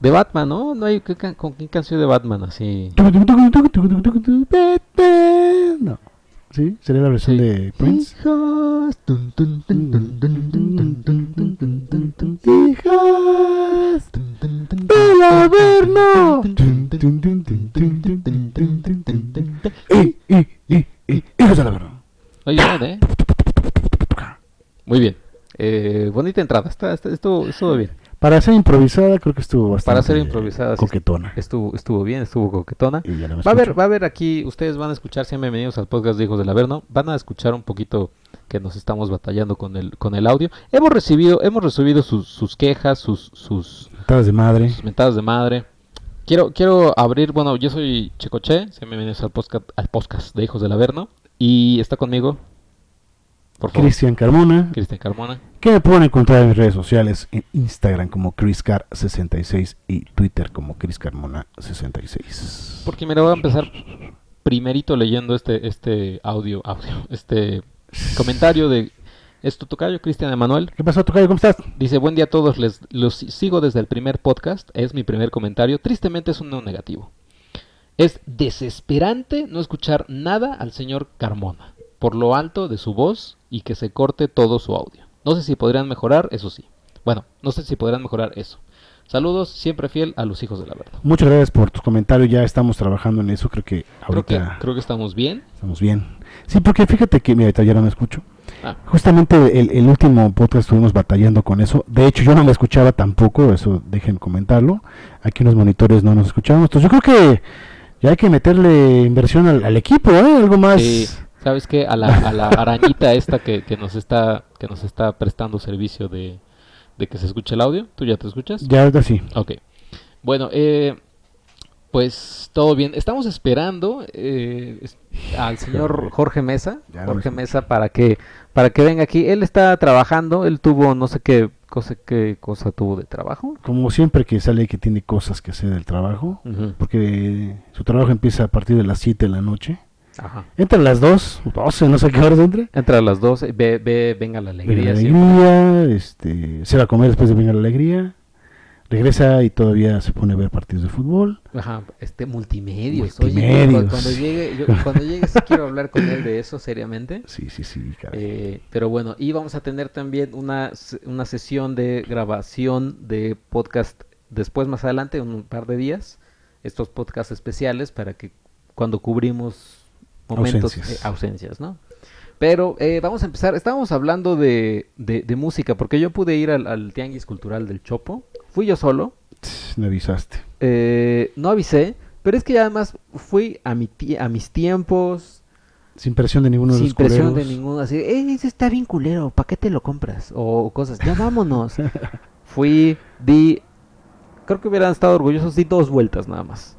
De Batman, ¿no? No hay ¿qué can- con qué canción de Batman así. No. ¿Sí? Sería la versión Sí. de Prince. Hijas, tun, tun, tun, tun, tun, tun, tun, tun, tun, tun, tun, tun, Hijas tun, tun, tun, del Averno. tun, tun, tun, tun, tun, tun, tun, tun, tun, tun, tun, tun, tun. Eh, eh, eh, eh, Hijos del Averno. Oye, bien, ¿eh? Muy bien. Eh, bonita entrada, está, está- estuvo, estuvo bien. Para ser improvisada, creo que estuvo bastante. Para ser improvisada, sí. Coquetona. Estuvo, estuvo bien, estuvo coquetona. Y ya no me Va a haber, escucho. va a haber aquí, ustedes van a escuchar, sean bienvenidos al podcast de Hijos del Averno, van a escuchar un poquito que nos estamos batallando con el, con el audio. Hemos recibido, hemos recibido sus, sus quejas, sus, sus, Taras de madre. sus mentadas de madre. Quiero, quiero abrir, bueno, yo soy Checoche, sean bienvenidos al podcast, al podcast de Hijos del Averno, y está conmigo, por favor, Cristian Carmona. Cristian Carmona. que me pueden encontrar en mis redes sociales, en Instagram como ChrisCar66 y Twitter como ChrisCarmona66. Porque me lo voy a empezar primerito leyendo este, este audio, audio, este comentario de esto tocayo Cristian Emanuel. ¿Qué pasó, Tocayo? ¿Cómo estás? Dice, buen día a todos, les, los sigo desde el primer podcast, es mi primer comentario, tristemente es un no negativo. Es desesperante no escuchar nada al señor Carmona, por lo alto de su voz y que se corte todo su audio. No sé si podrían mejorar, eso sí. Bueno, no sé si podrán mejorar eso. Saludos, siempre fiel a los hijos de la verdad. Muchas gracias por tus comentarios, ya estamos trabajando en eso, creo que Creo que, ahorita creo que estamos bien. estamos bien. Sí, porque fíjate que, mira, ahorita ya no me escucho. Ah. Justamente el, el último podcast estuvimos batallando con eso. De hecho, yo no me escuchaba tampoco, eso dejen comentarlo. Aquí unos monitores no nos escuchamos. Entonces, yo creo que ya hay que meterle inversión al, al equipo, ¿eh? Algo más... Sí, ¿Sabes qué? A la, a la arañita esta que, que nos está, que nos está prestando servicio de, de que se escuche el audio. ¿Tú ya te escuchas? Ya ahorita sí. Ok. Bueno, eh, pues todo bien. Estamos esperando eh, es- al señor Jorge Mesa. Ya no me Jorge escucho. Mesa para que, para que venga aquí. Él está trabajando. Él tuvo no sé qué cosa, qué cosa tuvo de trabajo. como siempre que sale que tiene cosas que hacer del trabajo, porque su trabajo empieza a partir de las 7 de la noche. Ajá. Entra a las 2, 12, no sé a qué horas entra. Entra a las 12. Ve, ve, venga la Venga la alegría. siempre. alegría, este, se va a comer después de Venga la Alegría. Regresa y todavía se pone a ver partidos de fútbol. Ajá, este multimedios. Oye, Multimedios. cu- cuando llegue, yo, cuando llegue sí quiero hablar con él de eso seriamente. Sí, sí, sí, caray. Eh, pero bueno, y vamos a tener también una, s- una sesión de grabación de podcast después, más adelante, en un par de días. Estos podcasts especiales para que cuando cubrimos momentos, ausencias, Ausencias. ausencias ¿no? Pero eh, vamos a empezar. Estábamos hablando de, de, de música, porque yo pude ir al, al Tianguis Cultural del Chopo. Fui yo solo. Tss, Me avisaste. Eh, no avisé, pero es que además fui a, mi tie- a mis tiempos, Sin presión de ninguno de sin los presión de culeros. ninguno, así, "Eh, ese está bien culero, ¿para qué te lo compras? O, cosas, ya vámonos. fui, di, creo que hubieran estado orgullosos, di dos vueltas nada más.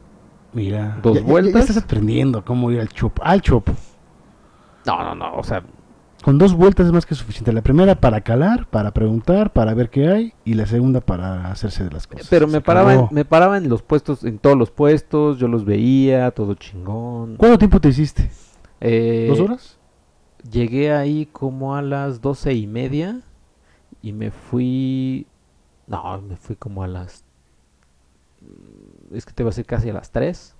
Mira, Dos ya- ya- ya vueltas. estás aprendiendo cómo ir al chopo. Al chopo. No, no, no, o sea, Con dos vueltas es más que suficiente. La primera para calar, para preguntar, para ver qué hay. Y la segunda para hacerse de las cosas. pero Pues, Se me paraba, en, acabó. me paraba en los puestos, en todos los puestos, yo los veía, todo chingón. ¿Cuánto tiempo te hiciste? Eh, ¿Dos horas? Llegué ahí como a las doce y media y me fui. No, me fui como a las. Es que te iba a decir casi a las tres.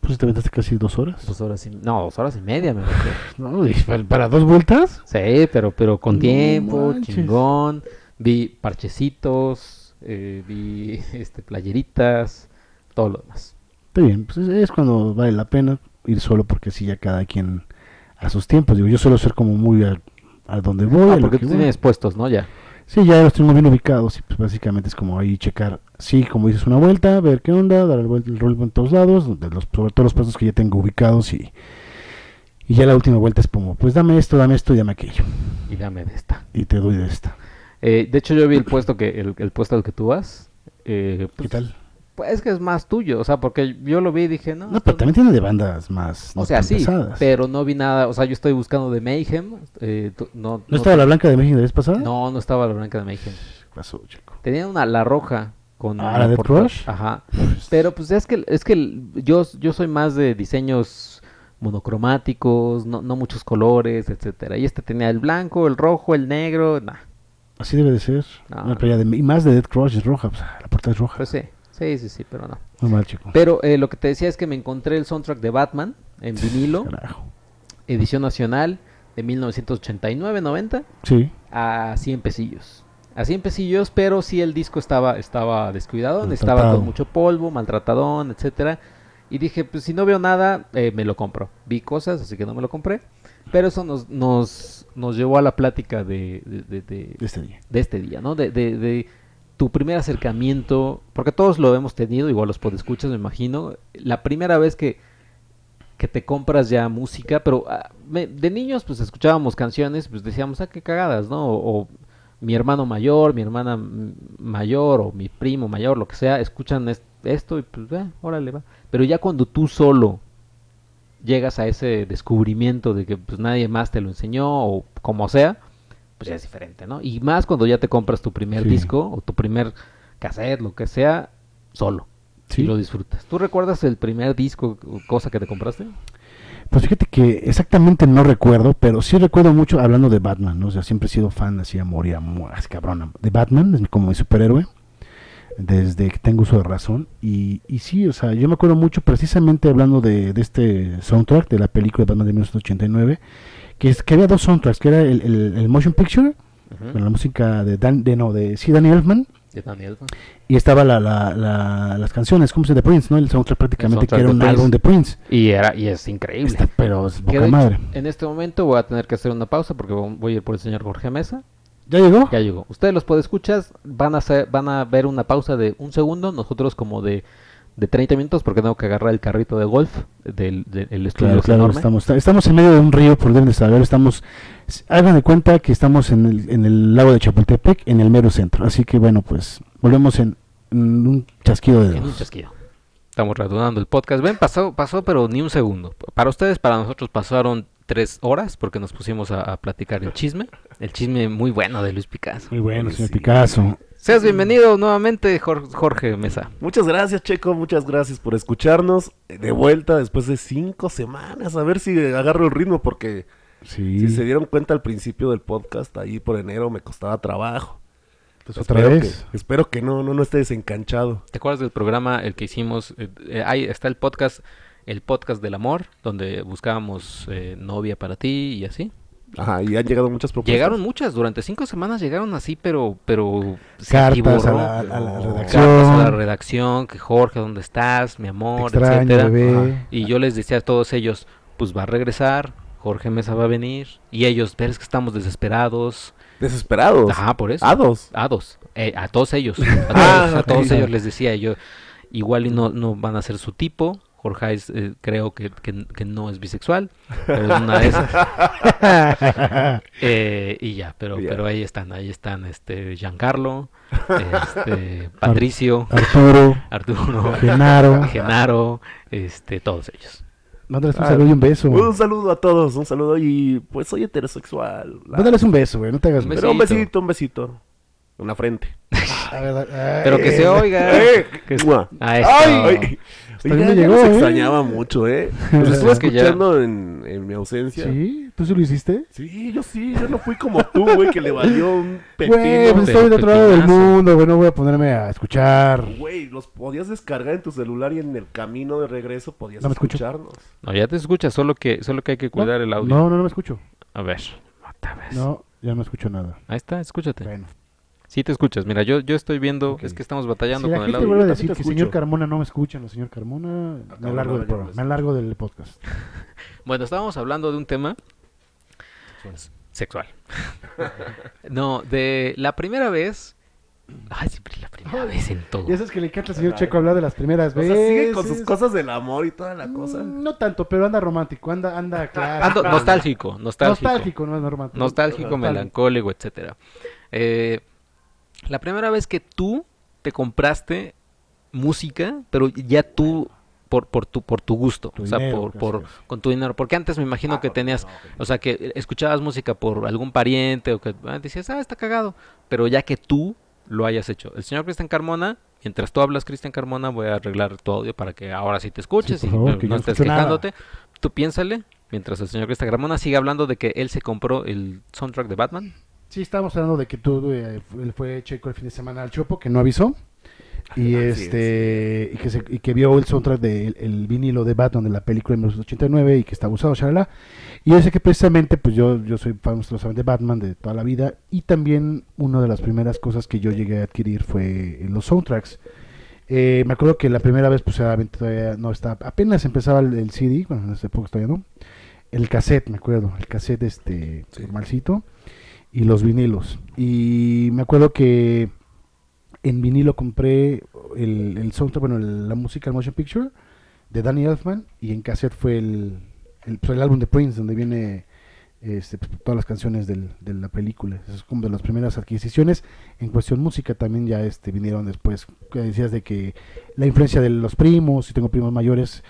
Pues te aventaste casi dos horas. Dos Pues horas y... No, dos horas y media me metí. No, y ¿para, para dos vueltas? Sí, pero, pero con No tiempo, manches. chingón. Vi parchecitos, eh, vi este, playeritas, todo lo demás. Está bien, pues es, es cuando vale la pena ir solo porque si ya cada quien a sus tiempos. Digo, yo suelo ser como muy a, a donde voy. Ah, a lo porque que tú voy. tienes puestos, ¿no? Ya. Sí, ya los tengo bien ubicados y pues básicamente es como ahí checar, sí, como dices, una vuelta, ver qué onda, dar el, vuel- el rol en todos lados, de los, sobre todo los puestos que ya tengo ubicados y, y ya la última vuelta es como, pues dame esto, dame esto y dame aquello. Y dame de esta. Y te doy de esta. Eh, de hecho, yo vi el puesto que el, el puesto al que tú vas. Eh, ¿Qué pues, tal? Pues es que es más tuyo, o sea, porque yo lo vi y dije, no. No, esto pero también tiene de bandas más... no". no O sea, tan sí, pesadas. pero no vi nada, o sea, yo estoy buscando de Mayhem, eh, tú- no, ¿No estaba la blanca de México la vez pasada? no, no estaba la blanca de Mayhem. ¿Qué pasó, chico? Tenía una, la roja con... Ah, una ¿la de portada- Crush? Ajá, pero pues es que, es que el- yo, yo soy más de diseños monocromáticos, no, no muchos colores, etcétera, y este tenía el blanco, el rojo, el negro, nah, Así debe de ser. No, Una playa de- y más de Dead Crush es roja. pues, ah, la puerta es roja. pues sí, Sí, sí, sí, pero no. No mal, chico. Pero eh, lo que te decía es que me encontré el soundtrack de Batman en vinilo, Carajo. edición nacional de 1989-90, Sí. a 100 pesillos. A 100 pesillos, pero sí el disco estaba, estaba descuidado, estaba Maltratado. con mucho polvo, maltratadón, etcétera. Y dije, pues si no veo nada, eh, me lo compro. Vi cosas, así que no me lo compré. Pero eso nos, nos, nos llevó a la plática de- de- de- de, Este día. de este día, ¿no? De, de- de tu primer acercamiento, porque todos lo hemos tenido, igual los podescuchas, me imagino, la primera vez que, que te compras ya música, pero ah, me- de niños pues escuchábamos canciones, pues decíamos, ah, qué cagadas, ¿no? O, o mi hermano mayor, mi hermana mm, mayor, o mi primo mayor, lo que sea, escuchan es- esto y pues, ah, órale, va. Pero ya cuando tú solo llegas a ese descubrimiento de que pues nadie más te lo enseñó o como sea, pues ya es diferente, ¿no? Y más cuando ya te compras tu primer Sí. disco o tu primer cassette, lo que sea, solo. Sí. Y lo disfrutas. ¿Tú recuerdas el primer disco o cosa que te compraste? Pues fíjate que exactamente no recuerdo, pero sí recuerdo mucho hablando de Batman, ¿no? O sea, siempre he sido fan así a morir, a mu- así cabrón, de Batman, es como mi superhéroe, desde que tengo uso de razón. Y, y sí, o sea, yo me acuerdo mucho precisamente hablando de, de este soundtrack, de la película de Batman de 1989, que, es, que había dos soundtracks, que era el, el- el motion picture, bueno, la música de, Dan, de, no, de sí, Danny Elfman, De Daniel. ¿no? y estaba la, la- la- las canciones, como se de Prince, ¿no? El soundtrack prácticamente soundtrack que era de un Prince. álbum de Prince. Y, era, y es increíble. Está, pero es Que boca de hecho, madre. en este momento voy a tener que hacer una pausa porque vo- voy a ir por el señor Jorge Mesa. ¿Ya llegó? Ya llegó. Ustedes los podescuchas van a hacer- van a ver una pausa de un segundo, nosotros como de, de 30 minutos porque tengo que agarrar el carrito de golf del, del- el estudio. Claro, es claro, enorme. estamos, estamos en medio de un río, por deben de saber, estamos, s- hagan de cuenta que estamos en el, en el lago de Chapultepec, en el mero centro, así que bueno, pues volvemos en, en un chasquido de En un dedos. chasquido. Estamos retornando el podcast. Ven, pasó, pasó, pero ni un segundo. Para ustedes, para nosotros pasaron tres horas porque nos pusimos a, a platicar el chisme. El chisme muy bueno de Luis Picasso. Muy bueno, Sí, señor sí. Picasso. Seas bienvenido nuevamente, Jor- Jorge Mesa. Muchas gracias, Checo. Muchas gracias por escucharnos. Eh, De vuelta después de cinco semanas. A ver si agarro el ritmo, porque Sí, si se dieron cuenta al principio del podcast, ahí por enero me costaba trabajo. Pues otra espero vez. que- espero que no, no, no esté desencanchado. ¿Te acuerdas del programa el que hicimos? Eh, eh, ahí está el podcast, el podcast del amor, donde buscábamos eh, novia para ti y así. Ajá, y han llegado muchas propuestas. Llegaron muchas, durante cinco semanas llegaron así, pero, pero se cartas a atiborró. la, a la redacción, cartas a la redacción, que Jorge, ¿dónde estás? Mi te amor, extraño, etcétera. bebé. Y yo les decía a todos ellos, pues va a regresar, Jorge Mesa va a venir. Y ellos, ves que estamos desesperados. Desesperados. Ajá, por eso. Hados. A dos. Eh, a todos ellos. A todos, Ah, a todos ok. ellos les decía yo, igual y no, no van a ser su tipo. Jorge es, eh, creo que, que- que no es bisexual, pero es una de esas. Eh, y ya, pero, Ya. pero ahí están, ahí están este Giancarlo, este, Patricio, Arturo, Arturo, Genaro, Genaro, este, todos ellos. mándales un Ah, saludo y un beso. Un saludo a todos, un saludo y pues soy heterosexual. La- Mándales un beso, güey, no te hagas... Un beso. Pero un besito. besito, un besito. Una frente. A ver, a- Pero que se ay, oiga. ¡Eh! Que- ¡Mua! Ah, esto. ¡Ay! Hasta Oiga, bien ya llegó, los ¿eh? extrañaba mucho, ¿eh? Los Es estuve que ya- escuchando en, en mi ausencia. ¿Sí? ¿Sí? ¿Tú sí lo hiciste? yo sí. Yo no fui como tú, güey, que le valió un Güey, pepino. pues estoy del otro lado del pepinazo. mundo, güey, no voy a ponerme a escuchar. Güey, los podías descargar en tu celular y en el camino de regreso podías No me escucho. escucharnos. No, ya te escuchas, solo que, solo que hay que cuidar el audio. No, no, no me escucho. A ver, otra vez. No, ya no escucho nada. Ahí está, escúchate. Bueno, Sí te escuchas. Mira, yo, yo estoy viendo, Ok. es que estamos si la batallando con el gente audio. vuelve a Yo también decir te que escucho. Ah, señor Carmona no me escucha, no señor Carmona, me cabrón, alargo no, del ya programa, no me alargo del podcast. Bueno, estábamos hablando de un tema sexual. no, de la primera vez. Ay, siempre la primera vez en todo. Ya sabes que le encanta al señor Checo hablar de las primeras O veces. sea, sigue con sus cosas del amor y toda la cosa. Mm, No tanto, pero anda romántico, anda, anda claro. Ando- nostálgico, nostálgico. Nostálgico, no es romántico. nostálgico, melancólico, etcétera. Eh, la primera vez que tú te compraste música, pero ya tú por, por tu por tu gusto, Tu o sea, por, dinero, casi, Ah, por casi. con tu dinero, porque antes me imagino que pues tenías, o sea, que escuchabas música por algún pariente o que ah, decías, "Ah, está cagado", pero ya que tú lo hayas hecho. El señor Cristian Carmona, mientras tú hablas Cristian Carmona, voy a arreglar tu audio para que ahora sí te escuches Sí, y por favor, no, que yo no no estés escucho nada. quejándote. Tú piénsale, mientras el señor Cristian Carmona sigue hablando de que él se compró el soundtrack de Batman. Sí, estábamos hablando de que tú eh, fu- él fue Checo el fin de semana al Chopo, que no avisó. Y Así este y que, se- y que vio el soundtrack del el vinilo de Batman de la película de 1989 y que estaba usado, shalala. Y yo sé que precisamente, pues yo, yo soy fan monstruosamente de Batman de toda la vida. Y también una de las primeras cosas que yo llegué a adquirir fue los soundtracks. Eh, me acuerdo que la primera vez, pues obviamente todavía no estaba, apenas empezaba el, el CD, bueno, en esa época todavía no. El cassette, me acuerdo, el cassette este, Sí. normalcito. Y los vinilos. Y me acuerdo que en vinilo compré el, el soundtrack, bueno, el- la música del Motion Picture de Danny Elfman y en cassette fue el, el, pues, el álbum de Prince donde viene este, pues, todas las canciones del- de la película. Esa es como de las primeras adquisiciones. En cuestión música también ya este, vinieron después. Que decías de que la influencia de los primos, si tengo primos mayores,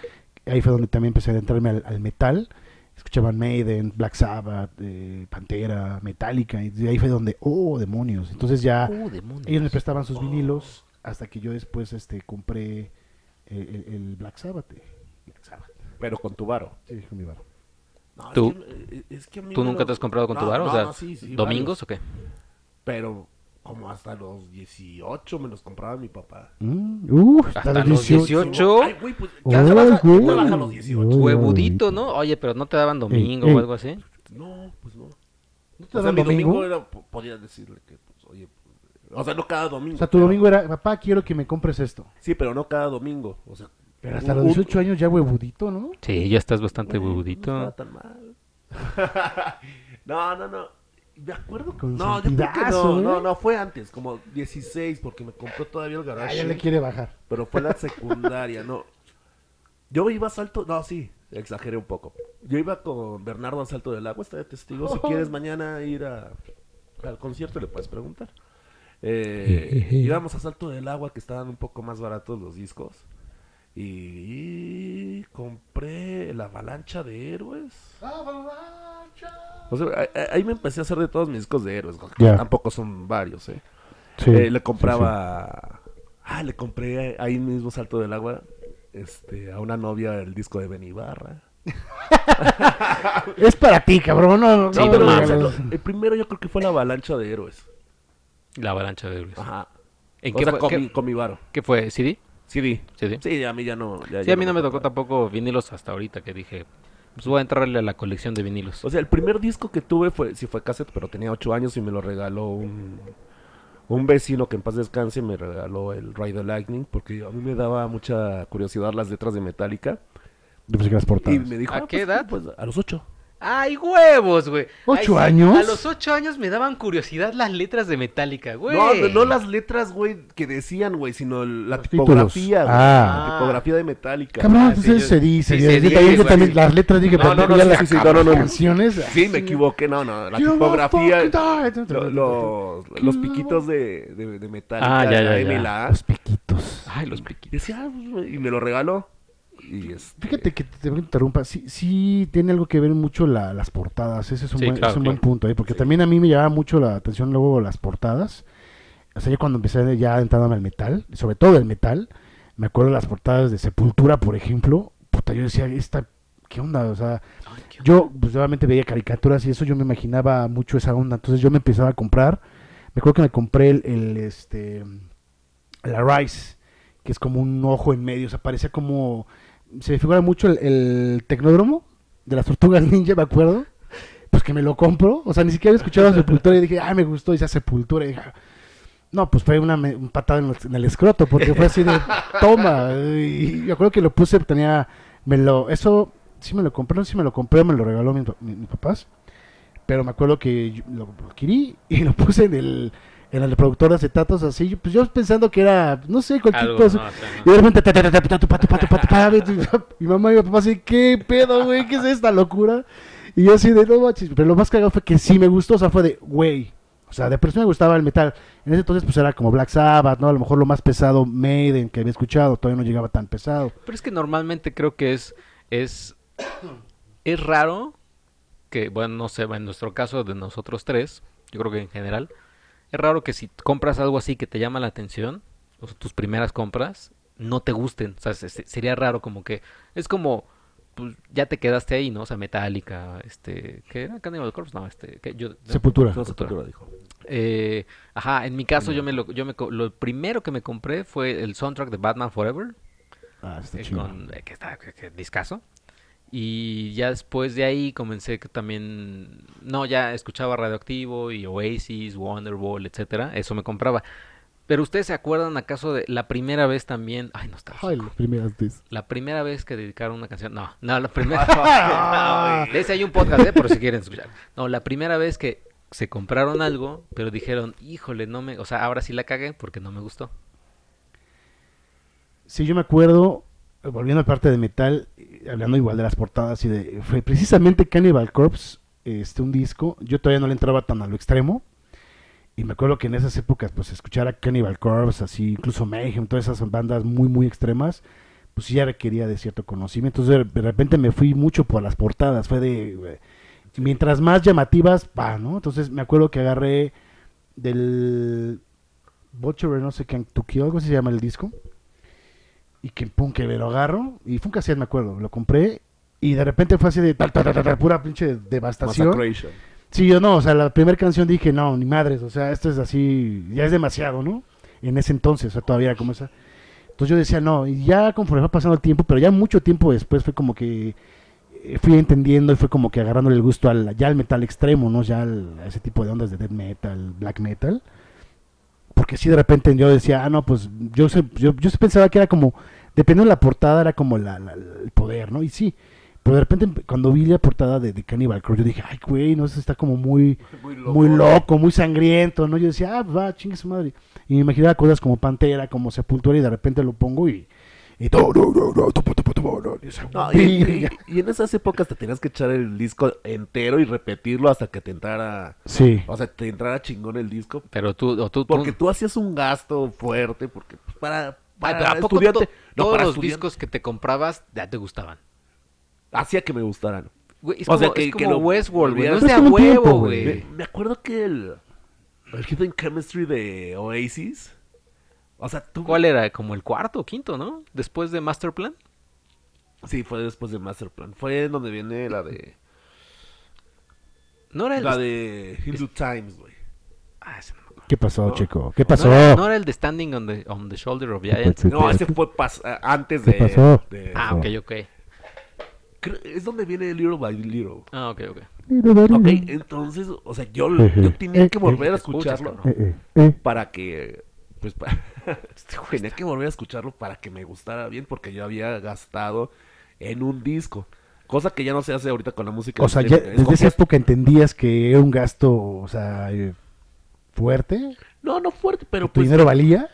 ahí fue donde también empecé a adentrarme al, al metal. Escuchaban Maiden, Black Sabbath, eh, Pantera, Metallica, y de ahí fue donde, oh, demonios. Entonces ya... Uh, demonios. Ah. Ellos me prestaban sus vinilos hasta que yo después este compré el, el- el Black Sabbath. eh. Black Sabbath. Pero con tu varo. Sí, con mi varo. No, ¿Tú? Es que, eh, es que a mí ¿Tú me nunca lo- te has comprado con tu No, varo? no, o sea, no, sí, sí, ¿domingos o qué? varios. Pero como hasta los 18 me los compraba mi papá. Mm, uh, Hasta los 18. ¿Ocho? Ay, güey, pues ya se Ay, baja, ya güey. se baja a los 18. Ay, Huevudito, ¿no? Oye, pero no te daban domingo ey. o algo así. No, pues no. ¿No te O sea, dan mi domingo, domingo? era, po- podía decirle que, pues, oye, pues, o sea, no cada domingo. O sea, tu pero- domingo era, papá, quiero que me compres esto. Sí, pero no cada domingo. O sea, Pero hasta un- los un- 18 años ya huevudito, ¿no? Sí, ya estás Este bastante Güey, No huevudito. estaba tan mal. no, no, no. Me acuerdo que. Con No, yo creo que sentidazo, no, ¿eh? no, no, fue antes, como 16, porque me compró todavía el Ah, garage. ya le quiere bajar. Pero fue la secundaria, no. Yo iba a Salto, no, sí, exageré un poco. Yo iba con Bernardo a Salto del Agua, está de testigo. Si quieres mañana ir a- al concierto, le puedes preguntar. Eh, íbamos a Salto del Agua, que estaban un poco más baratos los discos. Y, compré la avalancha de héroes. O sea, ahí- ahí me empecé a hacer de todos mis discos de héroes. que Ya. Tampoco son varios, ¿eh? Sí, Eh, le compraba. Ah, le compré ahí mismo Salto del Agua este, a una novia el disco de Benibarra. Es para ti, cabrón. No, no, Sí, no, no no, mames. no, no. el primero yo creo que fue la avalancha de héroes. La avalancha de Luis. Ajá. ¿En o qué, sea, fue- con, qué- mi, con mi varo. qué fue? ¿CD? CD. CD. Sí, a mí ya no. ya- Sí, ya a mí no me tocó compraba. tampoco vinilos hasta ahorita que dije, pues voy a entrarle a la colección de vinilos. O sea, el primer disco que tuve fue, sí fue cassette, pero tenía 8 años y me lo regaló un, un vecino que en paz descanse, me regaló el Ride the Lightning, porque a mí me daba mucha curiosidad las letras de Metallica. Yo pensé que eras portadas. Y me dijo, ¿A "Ah, qué pues, edad? Pues a los 8. ¡Ay, huevos, güey! ¿Ocho Ay, sí, años? A los ocho años me daban curiosidad las letras de Metallica, güey. No, no, no las letras, güey, que decían, güey, sino el- la Los tipografía, títulos. güey. Ah. La tipografía de Metallica. Cabrón, Ah, pues sí, eso yo- se dice. sí, yo, se yo dice, también, yo güey. también las letras dije, No, no, pendejo, no, ya sí, las sí, sí, no, no, no. canciones. Sí, me equivoqué, no, no, la You tipografía, motherfucking died. lo- los, los piquitos de, de, de Metallica, Ah, ya, la ya, M y ya. la A. Los piquitos. Ay, los piquitos. Decía, "Ah, pues, güey", y me lo regaló. Y este, Fíjate que te te interrumpa, sí, sí tiene algo que ver mucho la- las portadas, ese es un, Sí, buen, claro, es un buen claro. punto, ¿eh? porque también a mí me llamaba mucho la atención luego las portadas, o sea, yo cuando empecé ya entrándome al metal, sobre todo el metal, me acuerdo las portadas de Sepultura, por ejemplo, puta, yo decía, esta, ¿qué onda? O sea, yo, pues obviamente veía caricaturas y eso, yo me imaginaba mucho esa onda, entonces yo me empezaba a comprar, me acuerdo que me compré el, el, este, la Rice, que es como un ojo en medio, o sea, parecía como, se me figura mucho el, el tecnódromo de las tortugas ninja, me acuerdo, pues que me lo compro, o sea, ni siquiera había escuchado a Sepultura y dije, ay, me gustó esa Sepultura, y dije, "Ah". no, pues fue una me- un patada en, los- en el escroto, porque fue así de, toma, y yo creo que lo puse, tenía, me lo, eso, sí me lo compré, no sé si me lo compré, me lo regaló mi- mi- mis papás, pero me acuerdo que yo lo lo adquirí y lo puse en el en el reproductor de acetatos así, pues yo pensando que era, no sé, cualquier Algo, cosa. no, o sea, no. Y de repente, ta, ta, ta, ta, ta, tu, pa, tu, pa, tu, pa, tu, pa, ve, tu, mi mamá y mi papá así, ¿qué pedo, güey? ¿Qué es esta locura? Y yo así de, no manches, pero lo más cagado fue que sí me gustó, o sea, fue de, güey. O sea, de por sí me gustaba el metal. En ese entonces, pues era como Black Sabbath, ¿no? A lo mejor lo más pesado, Maiden, que había escuchado, todavía no llegaba tan pesado. Pero es que normalmente creo que es, es, es raro que, bueno, no sé, en nuestro caso de nosotros tres, yo creo que en general, es raro que si compras algo así que te llama la atención, o sea, tus primeras compras, no te gusten. O sea, se- se- sería raro como que, es como pues ya te quedaste ahí, ¿no? O sea, Metallica, este, ¿qué era? Cannibal Corpse, no, este, ¿qué? Yo- Sepultura. No, Sepultura dijo. Eh, ajá, en mi caso yo me lo, yo me co- lo primero que me compré fue el soundtrack de Batman Forever, Ah, está eh, chido. con- eh, que está, que, que discazo. Y ya después de ahí comencé que también, no, ya escuchaba Radioactivo y Oasis, Wonderwall, etcétera, eso me compraba. Pero ustedes se acuerdan acaso de la primera vez también, ay, no está. Ay, las primeras veces. La primera vez que dedicaron una canción. No, no, la primera. De ese hay un podcast, ¿eh? Por si quieren escuchar. No, la primera vez que se compraron algo, pero dijeron, híjole, no me. O sea, ahora sí la cagué porque no me gustó. Sí, yo me acuerdo, eh, volviendo a parte de metal, eh, hablando igual de las portadas y de. Fue precisamente Cannibal Corpse, este, un disco. Yo todavía no le entraba tan a lo extremo. Y me acuerdo que en esas épocas, pues escuchar a Cannibal Corpse, así, incluso Mayhem, todas esas bandas muy, muy extremas, pues sí ya requería de cierto conocimiento. Entonces, de repente me fui mucho por las portadas. Fue de. eh, Mientras más llamativas, pa, ¿no? Entonces, me acuerdo que agarré del. Butcher, no sé qué, to Kill, algo así se llama el disco y que pum, que me lo agarro, y fue un cassette, me acuerdo, lo compré, y de repente fue así de tal, tal, tal, tal, tal, pura pinche devastación. Massacration. Sí, yo no, o sea, la primera canción dije, no, ni madres, o sea, esto es así, ya es demasiado, ¿no? En ese entonces, o sea, todavía como esa. Entonces yo decía, no, y ya conforme fue pasando el tiempo, pero ya mucho tiempo después fue como que eh, fui entendiendo y fue como que agarrándole el gusto al, ya al metal extremo, ¿no? Ya al- a ese tipo de ondas de death metal, black metal. Porque si de repente yo decía, ah, no, pues yo, sé- yo, yo sí pensaba que era como, dependiendo de la portada, era como la, la- la- el poder, ¿no? Y sí, pero de repente cuando vi la portada de, de Cannibal Corpse, yo dije, ay, güey, no, eso está como muy, Muy loco. muy loco, muy sangriento, ¿no? Yo decía, ah, va, chingue su madre. Y me imaginaba cosas como Pantera, como Sepultura, y de repente lo pongo y... Y todo, no, no, no, tu, tu, tu, tu, no, y esa No, y, y- verga. y en esas épocas te tenías que echar el disco entero y repetirlo hasta que te entrara. Sí, O sea, te entrara chingón el disco. Pero tú, o tú, tú- Porque tú hacías un gasto fuerte, porque pues, para, Ay, para pero ¿a poco estudiante. to- no, todos para los estudiante, discos que te comprabas ya te gustaban. Hacía que me gustaran. Güey, es O como, sea, que- es que como lo- Westworld, güey. No es Pero de es a como un tiempo, huevo, güey. güey. Me, me acuerdo que el, el Hidden Chemistry de Oasis. O sea, tú. ¿Cuál era? Como el cuarto o quinto, ¿no? Después de Master Plan. Sí, fue después de Masterplan. Fue donde viene la de. No era el. La de Hindu Times, güey. Ah, ese no me acuerdo. ¿qué pasó, chico? ¿Qué pasó? No era, no era el de Standing on the, on the Shoulder of Giants. Sí, No, te- ese fue pas- a- antes ¿Qué de. pasó? de- Ah, ok, ok. Creo- Es donde viene Little by Little. Ah, ok, ok. Ok, Eh, entonces, o sea, yo, yo tenía que volver a escucharlo Eh, eh, eh. para que. Pues para- tenía que volver a escucharlo para que me gustara bien, porque yo había gastado en un disco. Cosa que ya no se hace ahorita con la música. O sea, ya, desde esa escogías- época entendías que era un gasto, o sea, eh, fuerte, No, no fuerte, que pero tu pues, dinero valía.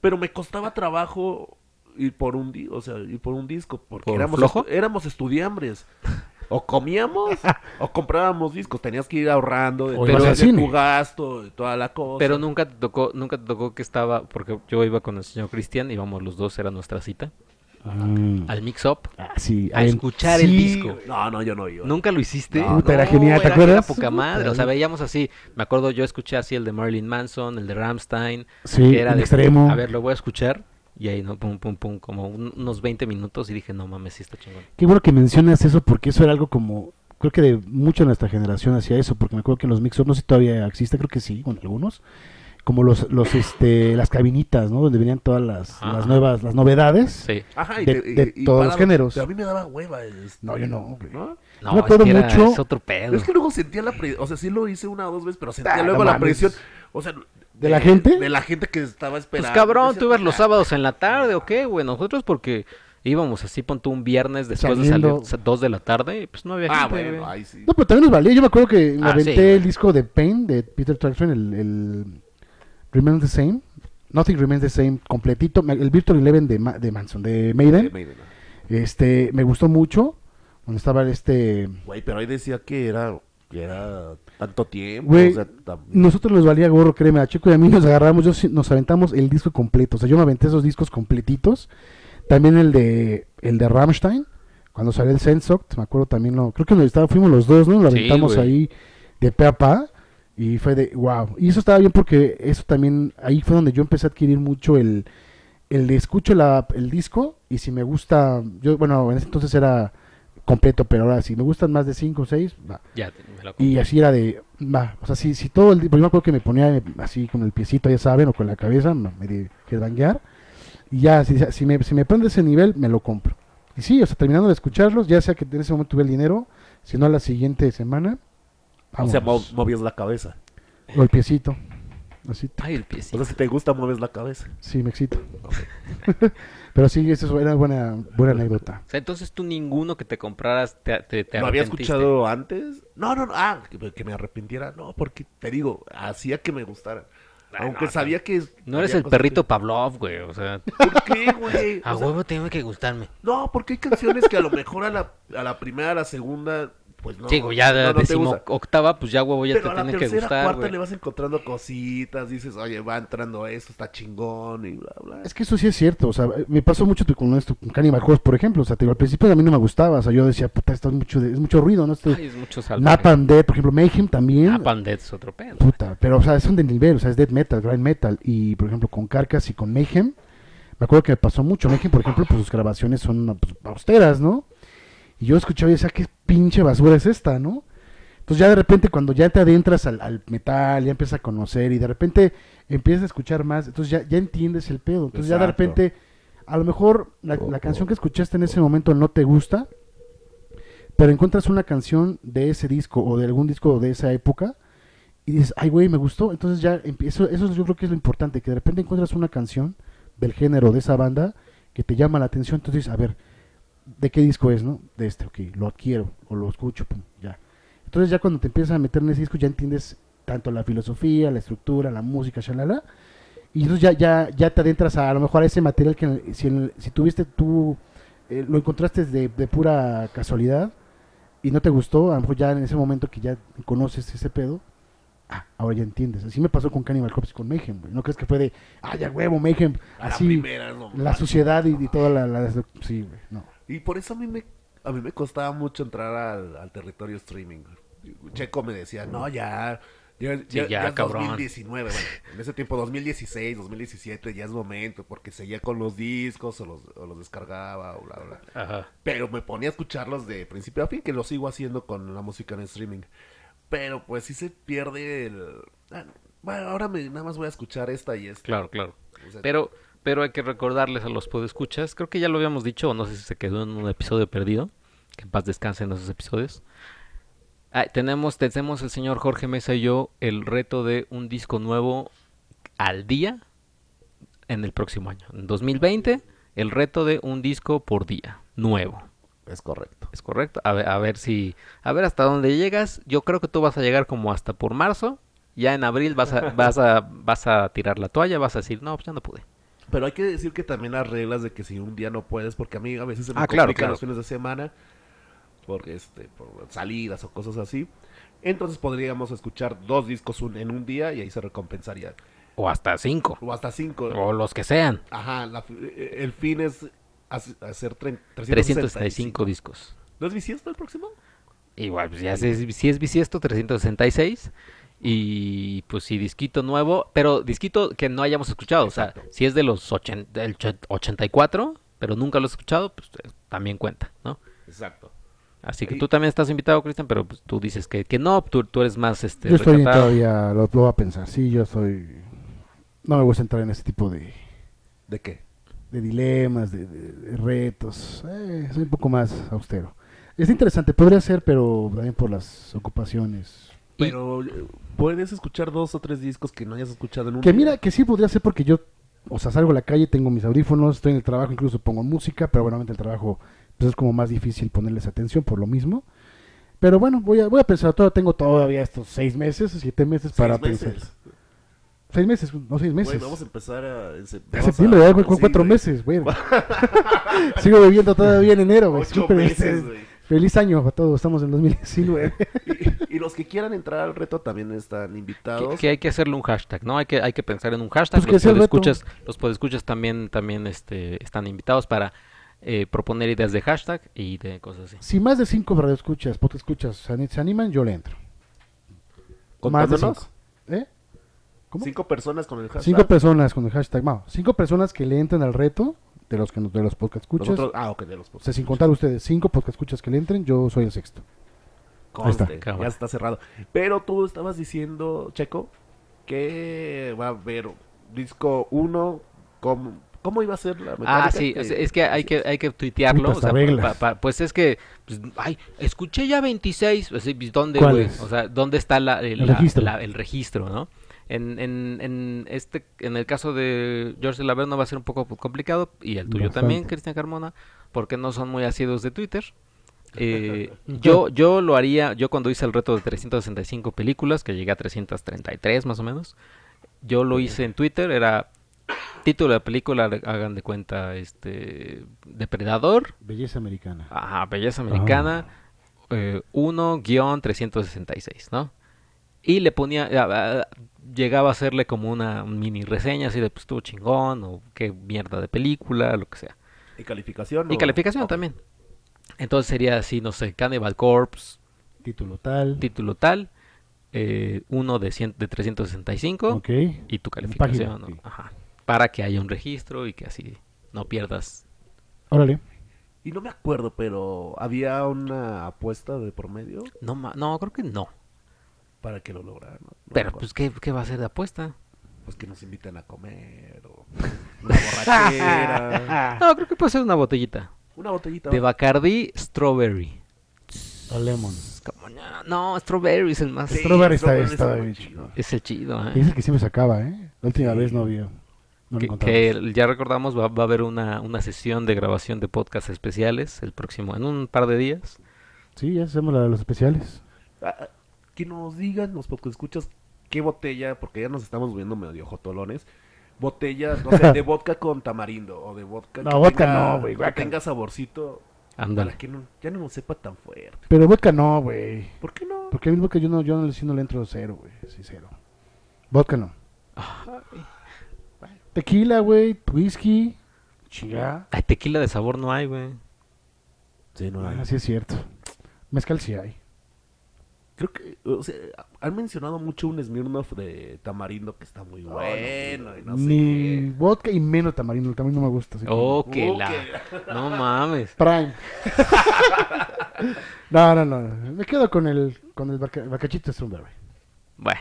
pero me costaba trabajo ir por un di o sea, ir por un disco, porque ¿Por éramos flojo? estu- éramos estudiambres. O comíamos o comprábamos discos, tenías que ir ahorrando de, O todo- ibas al de cine. tu gasto, de toda la cosa. Pero nunca te tocó, nunca te tocó que estaba, porque yo iba con el señor Cristian, íbamos los dos, era nuestra cita, al mix up. Ah, sí, a en- escuchar el disco. No, no, yo no iba. Nunca lo hiciste. No, Puta, era genial, ¿te era- acuerdas? era poca madre. O sea, Puta. veíamos así. Me acuerdo, yo escuché así el de Marilyn Manson, el de Ramstein. Sí, era el de, extremo. A ver, lo voy a escuchar. Y ahí, no, pum, pum, pum, como un- unos 20 minutos. Y dije, no mames, sí está chingón. Qué bueno que mencionas eso porque eso era algo como, creo que de mucha de nuestra generación hacía eso, porque me acuerdo que en los mix-up, no sé si todavía existe, creo que sí, con algunos, como los, los este, las cabinitas, ¿no? Donde venían todas las, Ah. las nuevas, las novedades. Sí. Ajá, de- de todos los géneros. Pero a mí me daba hueva. el- No, yo no, güey. ¿no? No, me es acuerdo que era- mucho- es otro pedo. Es que luego sentía la presión. O sea, sí lo hice una o dos veces, pero sentía Ah, luego no la mames. presión. O sea, ¿De la gente? De la gente que estaba esperando. Pues cabrón, Decía, tú ibas los "Ah, sábados en la tarde o qué, güey. Nosotros porque íbamos así, pon tú un viernes después Saliendo. de salir 2 de la tarde y pues no había Ah, gente, bueno, güey. ahí sí. No, pero también nos valía. Yo me acuerdo que me Ah, aventé sí. el disco de Pain de Peter Jackson, el, el Remains the Same. Nothing Remains the Same completito. Me- El Virtual Eleven de, Ma- de Manson, de Maiden. Eh, Maiden, no. Este, me gustó mucho. Donde estaba el este. Güey, pero ahí decía que era, que era tanto tiempo. Güey, o sea, tam- nosotros nos valía gorro, créeme, a Checo y a mí nos agarramos, yo sí- nos aventamos el disco completo. O sea, yo me aventé esos discos completitos. También el de el de Rammstein, cuando salió el Sensoct, me acuerdo también lo, creo que nos estaba- fuimos los dos, ¿no? Lo Sí, aventamos güey. ahí de pe a pa y fue de wow. Y eso estaba bien porque eso también ahí fue donde yo empecé a adquirir mucho el el de escucho la- el disco y si me gusta, yo bueno, en ese entonces era completo, pero ahora si me gustan más de 5 o 6, va. Ya, te- me la compro. Y así era de, va, o sea, si, si todo el día, porque yo me acuerdo que me ponía así con el piecito, ya saben, o con la cabeza, me me de que banguear, y ya, si, si me, si me prende ese nivel, me lo compro. Y sí, o sea, terminando de escucharlos, ya sea que en ese momento tuve el dinero, si no la siguiente semana, O sea, mo- vámonos. movías la cabeza. o el piecito, así, Ay, el O piecito. sea, si te gusta, mueves la cabeza. sí, me excito. Pero sí, esa era buena, buena anécdota. O sea, entonces tú ninguno que te compraras te, te, te ¿Lo había arrepentiste. escuchado antes? No, no, no. Ah, que, que me arrepintiera. No, porque te digo, hacía que me gustara. Ah, Aunque no, sabía que. No eres había el cosas perrito que- Pavlov, güey. O sea, ¿Por qué, güey? a O sea, huevo tiene que gustarme. no, porque hay canciones que a lo mejor a la, a la primera, a la segunda, pues no. Chico, ya no, de no te decimo gusta. octava, pues ya huevo ya Pero te a la tiene que tercera, gustar, cuarta güey. le vas encontrando cositas. Dices, oye, va entrando esto, está chingón y bla, bla. Es que eso sí es cierto, o sea, me pasó mucho tu- con esto, con Cannibal Corpse, por ejemplo, o sea, te digo, al principio a mí no me gustaba, o sea, yo decía, puta, esto es mucho, de- es mucho ruido, ¿no? Este, Ay, es mucho salto. Napalm Death, por ejemplo, Mayhem también, Napalm Death es otro pedo. puta, pero, o sea, son de nivel, o sea, es death metal, grind metal, y, por ejemplo, con Carcass y con Mayhem, me acuerdo que me pasó mucho, Mayhem, por ejemplo, pues sus grabaciones son pues, austeras, ¿no? Y yo escuchaba y decía, qué pinche basura es esta, ¿no? Entonces ya de repente cuando ya te adentras al, al metal, ya empiezas a conocer y de repente empiezas a escuchar más, entonces ya, ya entiendes el pedo. Entonces ya de Exacto. repente, a lo mejor la, la canción que escuchaste en ese momento no te gusta, pero encuentras una canción de ese disco o de algún disco de esa época y dices, ay güey, me gustó. Entonces ya empiezo, eso yo creo que es lo importante, que de repente encuentras una canción del género de esa banda que te llama la atención, entonces dices, a ver, ¿de qué disco es, no? De este, ok, lo adquiero o lo escucho, pum, ya. Entonces ya cuando te empiezas a meter en ese disco ya entiendes tanto la filosofía, la estructura, la música, shalala, y entonces ya, ya, ya te adentras a, a lo mejor a ese material que en el- si, en el- si tuviste tú, eh, lo encontraste de, de pura casualidad y no te gustó, a lo mejor ya en ese momento que ya conoces ese pedo, ah, ahora ya entiendes. Así me pasó con Cannibal Corpse y con Mayhem, güey. ¿No crees que fue de, ah, ya huevo, Mayhem, A la así, primera, no la, manches. suciedad y, y toda la, la- Sí, güey, no. Y por eso a mí me, a mí me costaba mucho entrar al, al territorio streaming. Checo me decía, no, ya. Ya, ya, ya, ya es cabrón. 2019, bueno, en ese tiempo 2016, 2017 ya es momento, porque seguía con los discos o los, o los descargaba o bla, bla. Ajá. Pero me ponía a escucharlos de principio a fin, que lo sigo haciendo con la música en streaming. Pero pues sí se pierde el... ah, Bueno, ahora me, nada más voy a escuchar esta y esta. Claro, claro. O sea, Pero, pero hay que recordarles a los podescuchas, creo que ya lo habíamos dicho, o no sé si se quedó en un episodio perdido, que en paz descansen esos episodios. Ah, tenemos, tenemos el señor Jorge Mesa y yo el reto de un disco nuevo al día en el próximo año. En 2020, el reto de un disco por día, nuevo. Es correcto. Es correcto. A ver, a ver si, a ver hasta dónde llegas. Yo creo que tú vas a llegar como hasta por marzo. Ya en abril vas a, vas a, vas a tirar la toalla, vas a decir, no, pues ya no pude. Pero hay que decir que también las reglas de que si un día no puedes, porque a mí a veces se me Ah, claro, complican claro. los fines de semana, porque este, por salidas o cosas así. Entonces podríamos escuchar dos discos un- en un día y ahí se recompensaría. O hasta cinco. O hasta cinco. O los que sean. Ajá, la fi- eh, el fin es hac- hacer tre- 365 365. discos. ¿No es bisiesto el próximo? Igual, pues ya si es, si es bisiesto, 366. Y pues si disquito nuevo, pero disquito que no hayamos escuchado. O sea, Exacto. si es de los 80, del 84, pero nunca lo has escuchado, pues eh, también cuenta, ¿no? Exacto. Así que Y- tú también estás invitado, Cristian, pero pues, tú dices que, que no, tú, tú eres más este, Yo estoy recatado. todavía, lo, lo voy a pensar. Sí, yo soy. No me gusta entrar en ese tipo de, ¿De qué? de dilemas, de, de- de retos. Eh, soy un poco más austero. Es interesante, podría ser, pero también por las ocupaciones. Y- Pero eh, puedes escuchar dos o tres discos que no hayas escuchado en un Que día. mira, que sí podría ser porque yo, o sea, salgo a la calle, tengo mis audífonos, estoy en el trabajo, incluso pongo música, pero obviamente el trabajo pues, es como más difícil ponerles atención por lo mismo. Pero bueno, voy a, voy a pensar, todavía tengo todavía estos seis meses, siete meses Seis para meses. pensar. Seis meses, no seis meses. Güey, vamos a empezar a... en sep- En vamos septiembre, a- ya, güey, con sí, cuatro güey. meses, güey. Sigo viviendo todavía en enero, güey. Ocho Súper- meses, güey. Feliz año a todos, estamos en 2019. y, y los que quieran entrar al reto también están que, invitados. que hay que hacerle un hashtag, ¿no? Hay que, hay que pensar en un hashtag. Pues que los sea el reto. podescuchas, los podescuchas también, también este, están invitados para eh, proponer ideas de hashtag y de cosas así. si más de cinco radioescuchas, escuchas, se ani- se animan, yo le entro. Más de Contándonos, cinco. ¿Eh? ¿Cómo? cinco personas con el hashtag. Cinco personas con el hashtag Mao. Cinco personas que le entran al reto, de los que nos- de los podcast escuchas. Nosotros- ah, ok, de los O sea, sin contar ustedes, cinco podcast escuchas que le entren, yo soy el sexto. Conste, Ahí está. ya está cerrado. Pero tú estabas diciendo, Checo, que va a haber disco 1. ¿Cómo, cómo iba a ser la mecánica? Ah, sí, Que- o sea, es que hay que, hay que tuitearlo. Putas o sea, reglas. pa- pa- pues es que, pues, ay, escuché ya 26. o sea, pues, ¿Dónde, ¿Cuál güey? es? O sea, ¿dónde está la, eh, El la- registro. la- el registro, no? En, en, en este, en el caso de George Laverno va a ser un poco complicado, y el tuyo Bastante. también, Cristian Carmona, porque no son muy asiduos de Twitter. Eh, yo, yo lo haría, yo cuando hice el reto de 365 películas, que llegué a 333 más o menos, yo lo hice en Twitter, era título de película, hagan de cuenta, este, Depredador, Belleza americana. Ah. Ajá, Belleza Americana, eh, 1-366, ¿no? Y le ponía, a- a- llegaba a hacerle como una mini reseña así de, pues estuvo chingón, o qué mierda de película, lo que sea. Y calificación. Y ¿no? calificación Ok. también. Entonces sería así, no sé, Cannibal Corpse, Título tal. título tal, eh, uno de, 100 de 365 Ok. y tu Página, calificación. ¿no? sí. Ajá. Para que haya un registro y que así no pierdas. Órale. Y no me acuerdo, pero había una apuesta de promedio No, ma- no creo que no. para que lo lograran. ¿no? No Pero me pues, acuerdo. ¿qué, qué va a ser de apuesta? Pues que nos invitan a comer o una borrachera. Ah. No, creo que puede ser una botellita. una botellita. De Bacardi, Strawberry. A lemon. Como, no, no, Strawberry es el más... Sí, Strawberry está, Strawberry está está muy bien chido. chido. Es el chido, ¿eh? Es el que siempre se acaba, ¿eh? La última Sí. vez no había. No lo que, encontramos. que ya recordamos, va, va a haber una, una sesión de grabación de podcast especiales el próximo, en un par de días. Sí, ya hacemos la de los especiales. Ah, ah, que nos digan los pocos escuchas qué botella, porque ya nos estamos viendo medio jotolones. Botellas, no sé, de vodka con tamarindo o de vodka. No, que vodka tenga- no, güey, Que guácala. tenga saborcito para Ándale. que no- ya no nos sepa tan fuerte. Pero vodka no, güey. ¿Por qué no? Porque el vodka yo no, yo no, le- sí no le entro cero, güey. Sí, cero. Vodka no. Tequila, güey. Whisky. Chinga. Ay, tequila de sabor no hay, güey. Sí, no Así Ah, es cierto. Mezcal sí hay. Creo que, o sea, han mencionado mucho un Smirnoff de tamarindo que está muy bueno. y no sé Ni qué. vodka y menos tamarindo. El tamarindo no me gusta. así que- Oh, que- que Oh, la... que No mames. Prime. no, no, no. Me quedo con el, con el barca- bacachito de Strawberry. Bueno.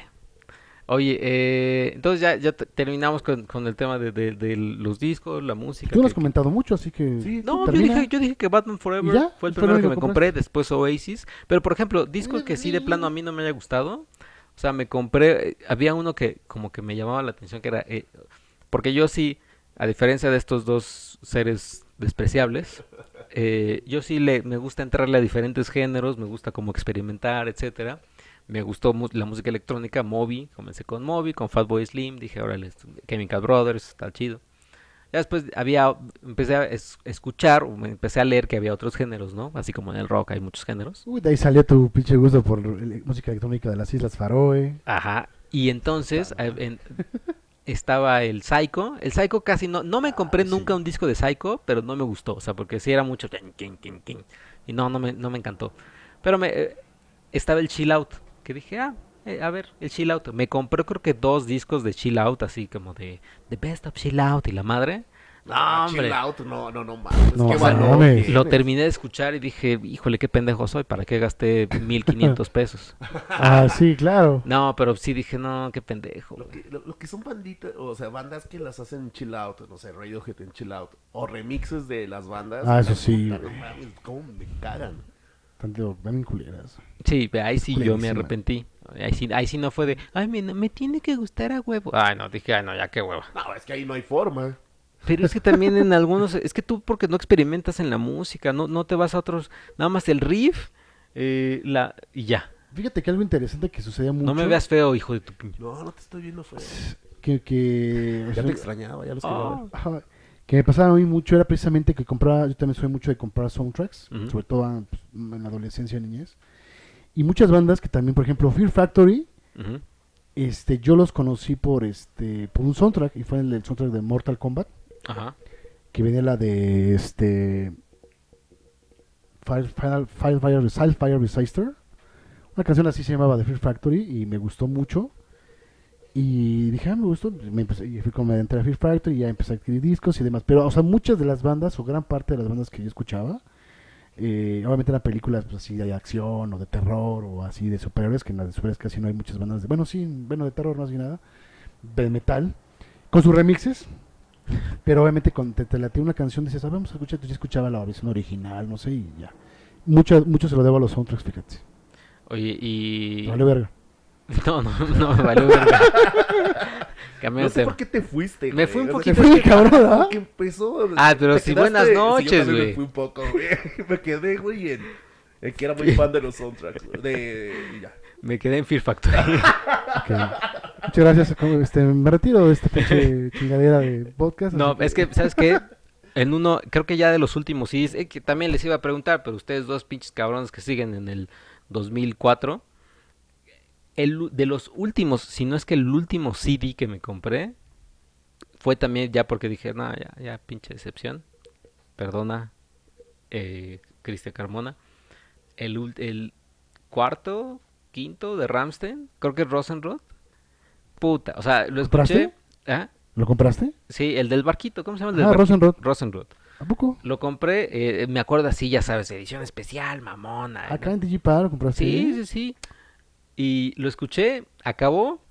Oye, eh, entonces ya, ya te- terminamos con, con el tema de, de- de los discos, la música. Tú no has que- comentado mucho, así que. Sí, No, yo termina. dije, yo dije que Batman Forever ¿Y ya? fue el ¿Fue lo primero que único me que compré, después Oasis. Pero, por ejemplo, discos que sí de plano a mí no me haya gustado. O sea, me compré, eh, había uno que como que me llamaba la atención, que era... eh, porque yo sí, a diferencia de estos dos seres despreciables, eh, yo sí le, me gusta entrarle a diferentes géneros, me gusta como experimentar, etcétera. Me gustó mu- la música electrónica, Moby, comencé con Moby, con Fatboy Slim, dije, órale, esto- Chemical Brothers, está chido. Ya después había, empecé a es- escuchar, o me empecé a leer que había otros géneros, ¿no? Así como en el rock hay muchos géneros. Uy, de ahí salió tu pinche gusto por el- música electrónica de las Islas Faroe. Ajá. Y entonces eh, en- estaba el Psycho. El Psycho casi no, no me compré Ah, nunca un disco de Psycho, pero no me gustó. O sea, porque sí era mucho. tin, tin, tin, tin. Y no, no me, no me encantó. Pero me, eh, estaba el Chill Out, que dije, ah, eh, a ver, el Chill Out. Me compré creo que dos discos de Chill Out, así como de The Best of Chill Out y la madre. No, Ah, hombre. chill out, no, no, no mames. No, qué o sea, valor no mames. tienes. Lo terminé de escuchar y dije, híjole, qué pendejo soy, ¿para qué gasté 1500 pesos? Ah, sí, claro. No, pero sí dije, no, qué pendejo. Lo güey". que, lo- lo que son banditas, o sea, bandas que las hacen chill out, no sé, Radiohead en chill out, o remixes de las bandas. Ah, eso sí, No güey. mames, cómo me cagan. Tanto, ven culeras. Sí, ve, ahí sí yo me Culerísima. arrepentí. Ahí sí, ahí sí no fue de, ay, me, me tiene que gustar a huevo. Ay, no, dije, ay, no, ya qué hueva. No, es que ahí no hay forma. Pero es que también en algunos, es que tú porque no experimentas en la música, no, no te vas a otros, nada más el riff, eh, la, y ya. Fíjate que algo interesante que sucedía mucho. No me veas feo, hijo de tu pinche. No, no te estoy viendo feo. Que, que, o Ya sea, te extrañaba, ya los quería Ah, ver. ajá, que me pasaba a mí mucho era precisamente que compraba. Yo también soy mucho de comprar soundtracks, Ujú. sobre todo ah, pues, en la adolescencia, niñez. Y muchas bandas que también, por ejemplo, Fear Factory, Ujú. este, yo los conocí por este por un soundtrack y fue el, del soundtrack de Mortal Kombat Ajá. que venía la de este Fire, Final, Fire, Fire, Resist- Fire Resistor una canción así se llamaba The Fear Factory y me gustó mucho Y dije, ah, me gustó. Me empecé, y fui como me entré a Fear Factor y ya empecé a adquirir discos y demás. Pero, o sea, muchas de las bandas, o gran parte de las bandas que yo escuchaba, eh, obviamente eran películas pues, así de acción o de terror o así de superhéroes, que en las de superhéroes casi no hay muchas bandas de, bueno, sí, bueno, de terror más que nada, de metal, con sus remixes. Pero obviamente con, te, te latía una canción, decías, ah, vamos a escuchar, yo escuchaba la versión original, no sé, y ya. Mucho, mucho se lo debo a los soundtracks, fíjate. Oye, y. Vale verga. No, no, no, me valió verga. Cambió No de sé tema. por qué te fuiste, Me güey. fui un O sea, poquito- Se fue bien cabrón, ¿verdad? que empezó. Ah, pero Te sí, quedaste- buenas sí, yo noches, también Me güey. fui un poco, güey. Me quedé, güey, en, en que era muy fan de los soundtracks. güey, De. y ya. Me quedé en Fear Factor. Ok. Muchas gracias. como, Este, me retiro de esta pinche chingadera de podcast. No, así es que, ¿sabes qué? En uno, creo que ya de los últimos CDs, eh, que también les iba a preguntar, pero ustedes dos pinches cabrones que siguen en el 2004, el, u- de los últimos, si no es que el último CD que me compré, fue también ya porque dije, no, ya, ya pinche decepción, perdona, eh, Cristian Carmona, el, ul- el cuarto, quinto de Ramstein, creo que es Rosenroth, puta, o sea, lo escuché, ¿ah? ¿Lo compraste? Sí, el del barquito, ¿cómo se llama el del Ah, barquito? Rosenroth. Rosenroth. ¿A poco? Lo compré, eh, me acuerdo así, ya sabes, edición especial, mamona. Acá ¿no? en Digipar Ah, lo compraste. Sí, sí, sí. Y lo escuché, acabó,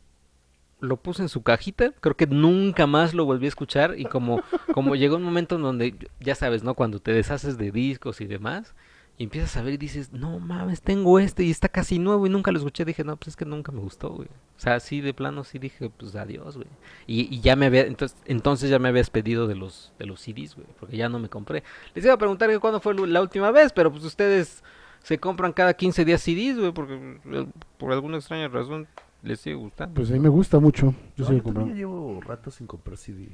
lo puse en su cajita, creo que nunca más lo volví a escuchar y como, como llegó un momento en donde, ya sabes, ¿no? Cuando te deshaces de discos y demás y empiezas a ver y dices, no mames, tengo este y está casi nuevo y nunca lo escuché, dije, no, pues es que nunca me gustó, güey. O sea, sí, de plano sí dije, pues adiós, güey. Y, y ya me había, entonces, entonces ya me habías pedido de los, de los CDs, güey, porque ya no me compré. Les iba a preguntar que cuándo fue lu- la última vez, pero pues ustedes se compran cada 15 días CDs, güey, porque eh, por alguna extraña razón les sigue gustando. Pues a mí me gusta mucho. Yo No, sí lo yo también compré. llevo rato sin comprar CD.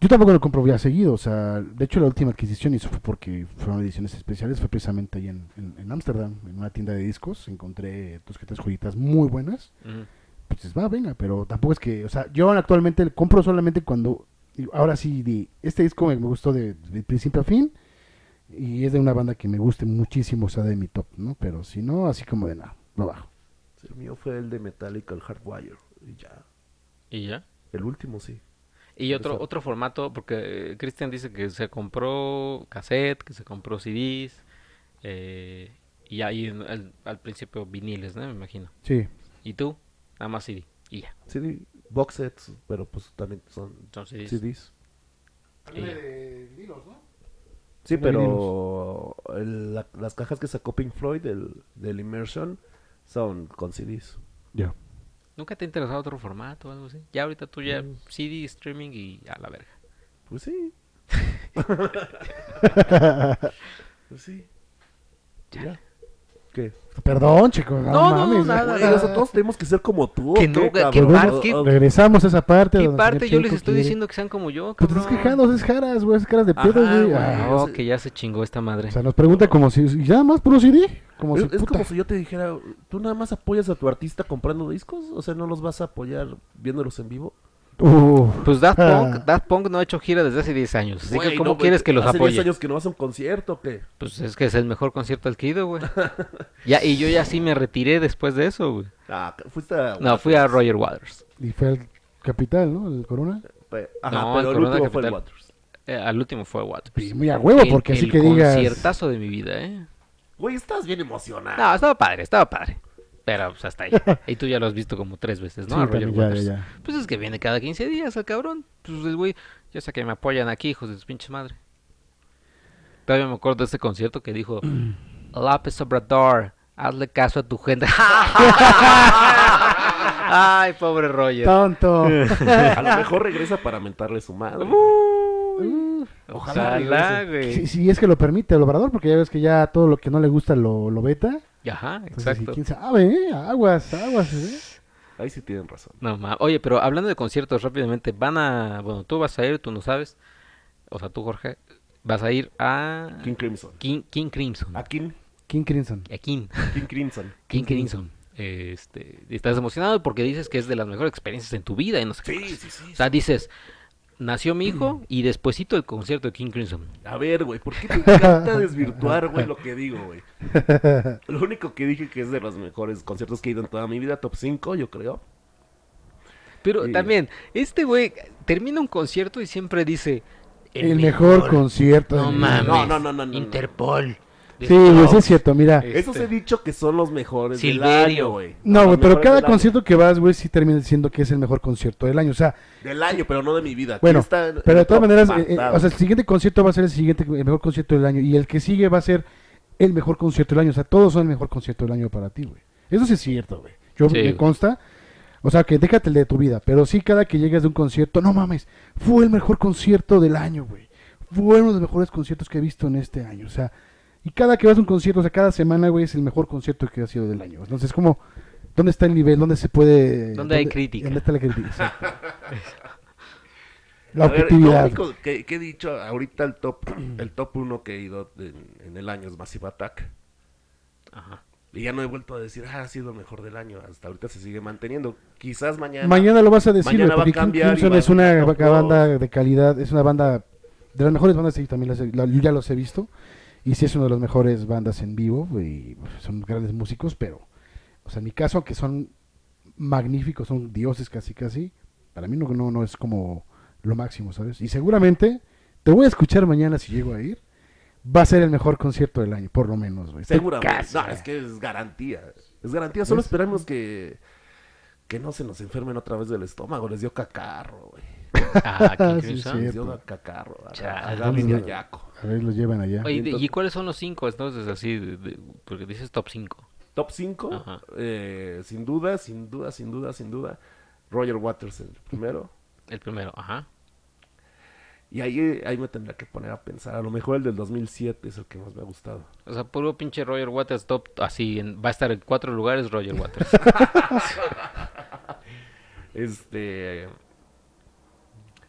Yo tampoco lo compro ya seguido. O sea, de hecho, la última adquisición, y eso fue porque fueron ediciones especiales, fue precisamente ahí en en- en Ámsterdam, en, una tienda de discos. Encontré dos que tres joyitas muy buenas. Ujú. Pues dices, va, venga, pero tampoco es que. O sea, yo actualmente le compro solamente cuando. digo, Ahora sí, de, este disco me, me gustó de, de principio a fin. Y es de una banda que me guste muchísimo, o sea, de mi top, ¿no? Pero si no, así como de nada, lo bajo. El mío fue el de Metallica, el Hardwire. Y ya. Y ya. El último, sí. Y otro, otro formato, porque eh, Cristian dice que se compró cassette, que se compró CDs, eh, y ahí en- al, al principio viniles, ¿no? Me imagino. Sí. ¿Y tú? Nada más CD. Y ya. CD, box sets, pero pues también son Son CDs. CDs. También Sí. de Dilos, ¿no? Sí, Son pero el- la- las cajas que sacó Pink Floyd del, del Immersion son con CDs. Ya. ¿Nunca te ha interesado otro formato o algo así? Ya ahorita tú ya CD, streaming y a la verga. Pues sí. pues sí. Ya. ¿Qué? Perdón, chicos. No, No, no, mames. nada. Güey, nosotros tenemos que ser como tú. Que ¿o no, qué, que- cabrón? que- O- que- o- Regresamos a esa parte. ¿Qué donde parte? el Yo señor les Checo estoy quiere- diciendo que sean como yo, Pues te cabrón. estás quejando, haces caras, güey, haces caras de pedo, Ajá, güey. güey. Ah, No, Ese- oh, que ya se chingó esta madre. O sea, nos pregunta como si. ¿Y nada más puro CD? Como es si. es puta. como si yo te dijera, ¿tú nada más apoyas a tu artista comprando discos? O sea, ¿no los vas a apoyar viéndolos en vivo? Uf. Pues Daft Ah. Punk, Daft Punk no ha hecho gira desde hace 10 años. Así Güey, Pues que, ¿cómo no, quieres que los hace apoye? 10 años que no vas a un concierto, ¿o ¿qué? Pues es que es el mejor concierto al que he ido, güey. ya, y yo ya sí me retiré después de eso, güey. Ah, fuiste a... No, fui a Roger Waters. Y fue al capital, ¿no? El Corona. Pe- Ajá, No, pero el el Corona último fue Capital. el Waters. Eh, al último fue Waters. Pues muy a huevo, El- porque así el que digas. conciertazo de mi vida, ¿eh? Güey, estás bien emocionado. Ah. No, estaba padre, estaba padre. Pero pues hasta ahí. y tú ya lo has visto como tres veces, ¿no? Sí, a Roger también, ya, Waters. ya, ya. Pues es que viene cada 15 días el cabrón. Pues el güey, ya sé que me apoyan aquí, hijos de su pinche madre. Todavía me acuerdo de ese concierto que dijo López Obrador, hazle caso a tu gente. Ay, pobre Roger. Tonto. A lo mejor regresa para mentarle su madre. Uh. Ojalá, güey. Si si es que lo permite el obrador, porque ya ves que ya todo lo que no le gusta lo, lo veta. Ajá, Entonces, exacto. sí, quién sabe, ¿eh? Aguas, aguas, ¿eh? Ahí sí tienen razón. No ma- Oye, pero hablando de conciertos rápidamente, van a, bueno, tú vas a ir, tú no sabes. O sea, tú Jorge, vas a ir a King Crimson. King, King Crimson. A King, King Crimson. A King. King Crimson. King Crimson. Este, estás emocionado porque dices que es de las mejores experiencias en tu vida y no sé qué Sí, más. sí, sí. O sea, dices, nació mi hijo y despuesito el concierto de King Crimson. A ver, güey, ¿por qué te encanta desvirtuar, güey, lo que digo, güey? Lo único que dije que es de los mejores conciertos que he ido en toda mi vida, top 5, yo creo. Pero Y- también, este güey termina un concierto y siempre dice... El, mejor, concierto. No de mi mames. vida. No, no, no, no, pues no. Interpol. Sí, güey, sí es cierto, mira. Eh, Esos Este. he dicho que son los mejores del Silverio. año, güey. No, Los güey, pero mejores cada del año. concierto que vas, güey, sí termina diciendo que es el mejor concierto del año. O sea, Del año, pero no de mi vida. Aquí bueno, está en- pero de en todas top maneras, eh, eh, matado. o sea, el siguiente concierto va a ser el siguiente, el mejor concierto del año. Y el que sigue va a ser el mejor concierto del año. O sea, todos son el mejor concierto del año para ti, güey. Eso sí es cierto, güey. Yo Sí, me güey. consta. O sea, que déjate el de tu vida. Pero sí, cada que llegas de un concierto, no mames, fue el mejor concierto del año, güey. Fue uno de los mejores conciertos que he visto en este año. O sea, y cada que vas a un concierto, o sea, cada semana, güey, es el mejor concierto que ha sido del año. Entonces, como, ¿dónde está el nivel? ¿Dónde se puede. ¿Dónde hay crítica? ¿Dónde está la crítica? Exacto. la A ver, objetividad. lo único que, que he dicho ahorita el top el top uno que he ido en, en el año es Massive Attack. Ajá. Y ya no he vuelto a decir, ah, ha sido lo mejor del año. Hasta ahorita se sigue manteniendo. Quizás mañana. Mañana lo vas a decir, Mañana güey, va a porque King cambiar y Crimson va- es una no, ba- no. banda de calidad, es una banda de las mejores bandas, sí, también las he- la- yo ya los he visto, y sí es una de las mejores bandas en vivo, y pues, son grandes músicos, pero, o sea, en mi caso, que son magníficos, son dioses casi casi, para mí no, no, no es como lo máximo, ¿sabes? Y seguramente, te voy a escuchar mañana si llego a ir, va a ser el mejor concierto del año, por lo menos, güey. Estoy Seguramente. casi, No, güey. es que es garantía. Es garantía. Solo ¿Ves? esperamos que, que no se nos enfermen otra vez del estómago. Les dio cacarro, güey. Ah, King Crimson. Sí, sí. pues. Les dio Cierto. cacarro. a- A Chale. Gaby y a Yaco. A ver, los llevan allá. Oye, ¿y Entonces- cuáles son los cinco? Entonces, así, de- de- porque dices top 5. Top 5, Ajá. sin duda, sin duda, sin duda, sin duda. Roger Waters el primero. El primero, ajá. Y ahí, ahí me tendría que poner a pensar. A lo mejor el del 2007 es el que más me ha gustado. O sea, puro pinche Roger Waters top, así, en- va a estar en cuatro lugares Roger Waters. Este.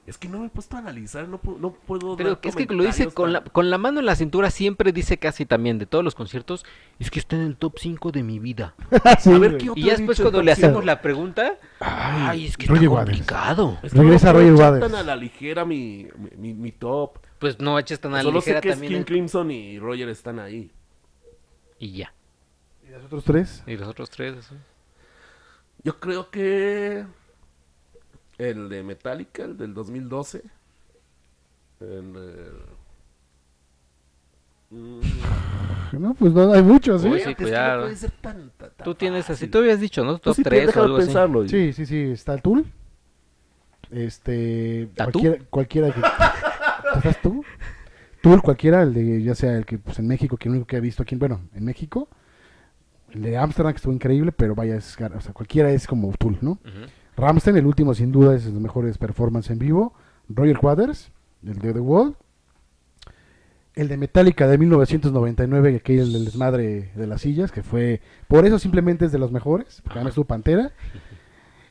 Es que no me he puesto a analizar, no, pu- no puedo. Pero dar es que lo dice comentarios con la, tan- con la mano en la cintura, siempre dice casi también de todos los conciertos, es que está en el top 5 de mi vida. Sí, A ver, güey. ¿qué otro Y ya después dicho cuando le tóxico? hacemos la pregunta, ay, es que Roger está Waters. complicado. Es que no Regresa puedo Roger echar Waters. tan a la ligera mi, mi, mi- mi top. Pues no eches tan a la Solo sé ligera que es también. King el- Crimson y Roger están ahí. Y ya. ¿Y los otros tres? Y los otros tres, así. Yo creo que. El de Metallica, el del 2012. El. de- Mm, No, pues no, hay muchos, ¿sí? Uy, fíjate, es que no cuidado. puede ser tan- tan- tan Tú tienes así, fácil. tú habías dicho, ¿no? Tú Top sí te- 3 o déjalo algo así. pensarlo. y- Sí, sí, sí, está el Tool. Este, ¿Tatú? cualquiera, cualquiera que ¿Estás tú? Tool cualquiera, el de ya sea el que pues en México, que el único que he visto aquí, bueno, en México, el de Ámsterdam que estuvo increíble, pero vaya, es, gar- o sea, cualquiera es como Tool, ¿no? Ujú. Ramstein, el último sin duda es de los mejores performances en vivo. Roger Waters, el de The Wall. El de Metallica de 1999, aquel del desmadre de las sillas, que fue. Por eso simplemente es de los mejores, porque además estuvo Pantera.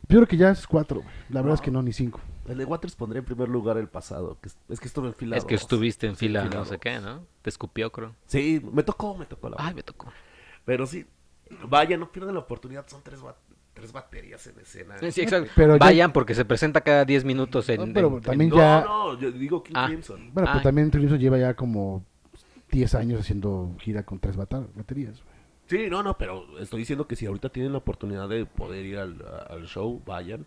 Yo creo que ya es cuatro, güey. la verdad es que no, ni cinco. El de Waters pondría en primer lugar el pasado. Que es, es que estuve en fila. Es que dos. estuviste en fila, fila no sé dos. qué, ¿no? Te escupió, creo. Sí, me tocó, me tocó la. Ay, Ah, me tocó. Pero sí, vaya, no pierdan la oportunidad. Son tres, ba- tres baterías en escena. Sí, sí, exacto. Pero ya- Vayan porque se presenta cada 10 minutos en... No, pero en- en- también No, ya- no, yo digo King Ah. Crimson. Bueno, Ah. pero también Trinidad lleva ya como 10 años haciendo gira con tres bata- baterías. güey. Sí, no, no, pero estoy diciendo que si ahorita tienen la oportunidad de poder ir al, a- al show, vayan.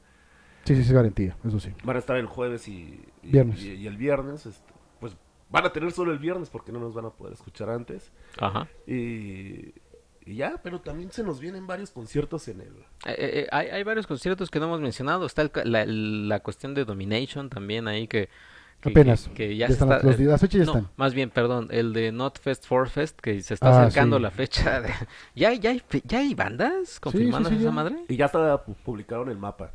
Sí, sí, sí, es garantía, eso sí. Van a estar el jueves y, y- Viernes. y- y el viernes. este, pues van a tener solo el viernes porque no nos van a poder escuchar antes. Ajá. Y, y ya, pero también se nos vienen varios conciertos en el. Eh, eh, eh, hay, hay varios conciertos que no hemos mencionado. Está el ca- la, la cuestión de Domination también ahí que... que- Apenas. Que, que ya, Ya se están está... eh, los- las fechas ya no, están. Más bien, perdón, el de Not Fest for Fest que se está Ah, acercando sí. la fecha. de- ¿Ya, hay- ya, hay, fe- ¿Ya hay bandas confirmadas sí, esa ya. madre? Y ya hasta pu- publicaron el mapa.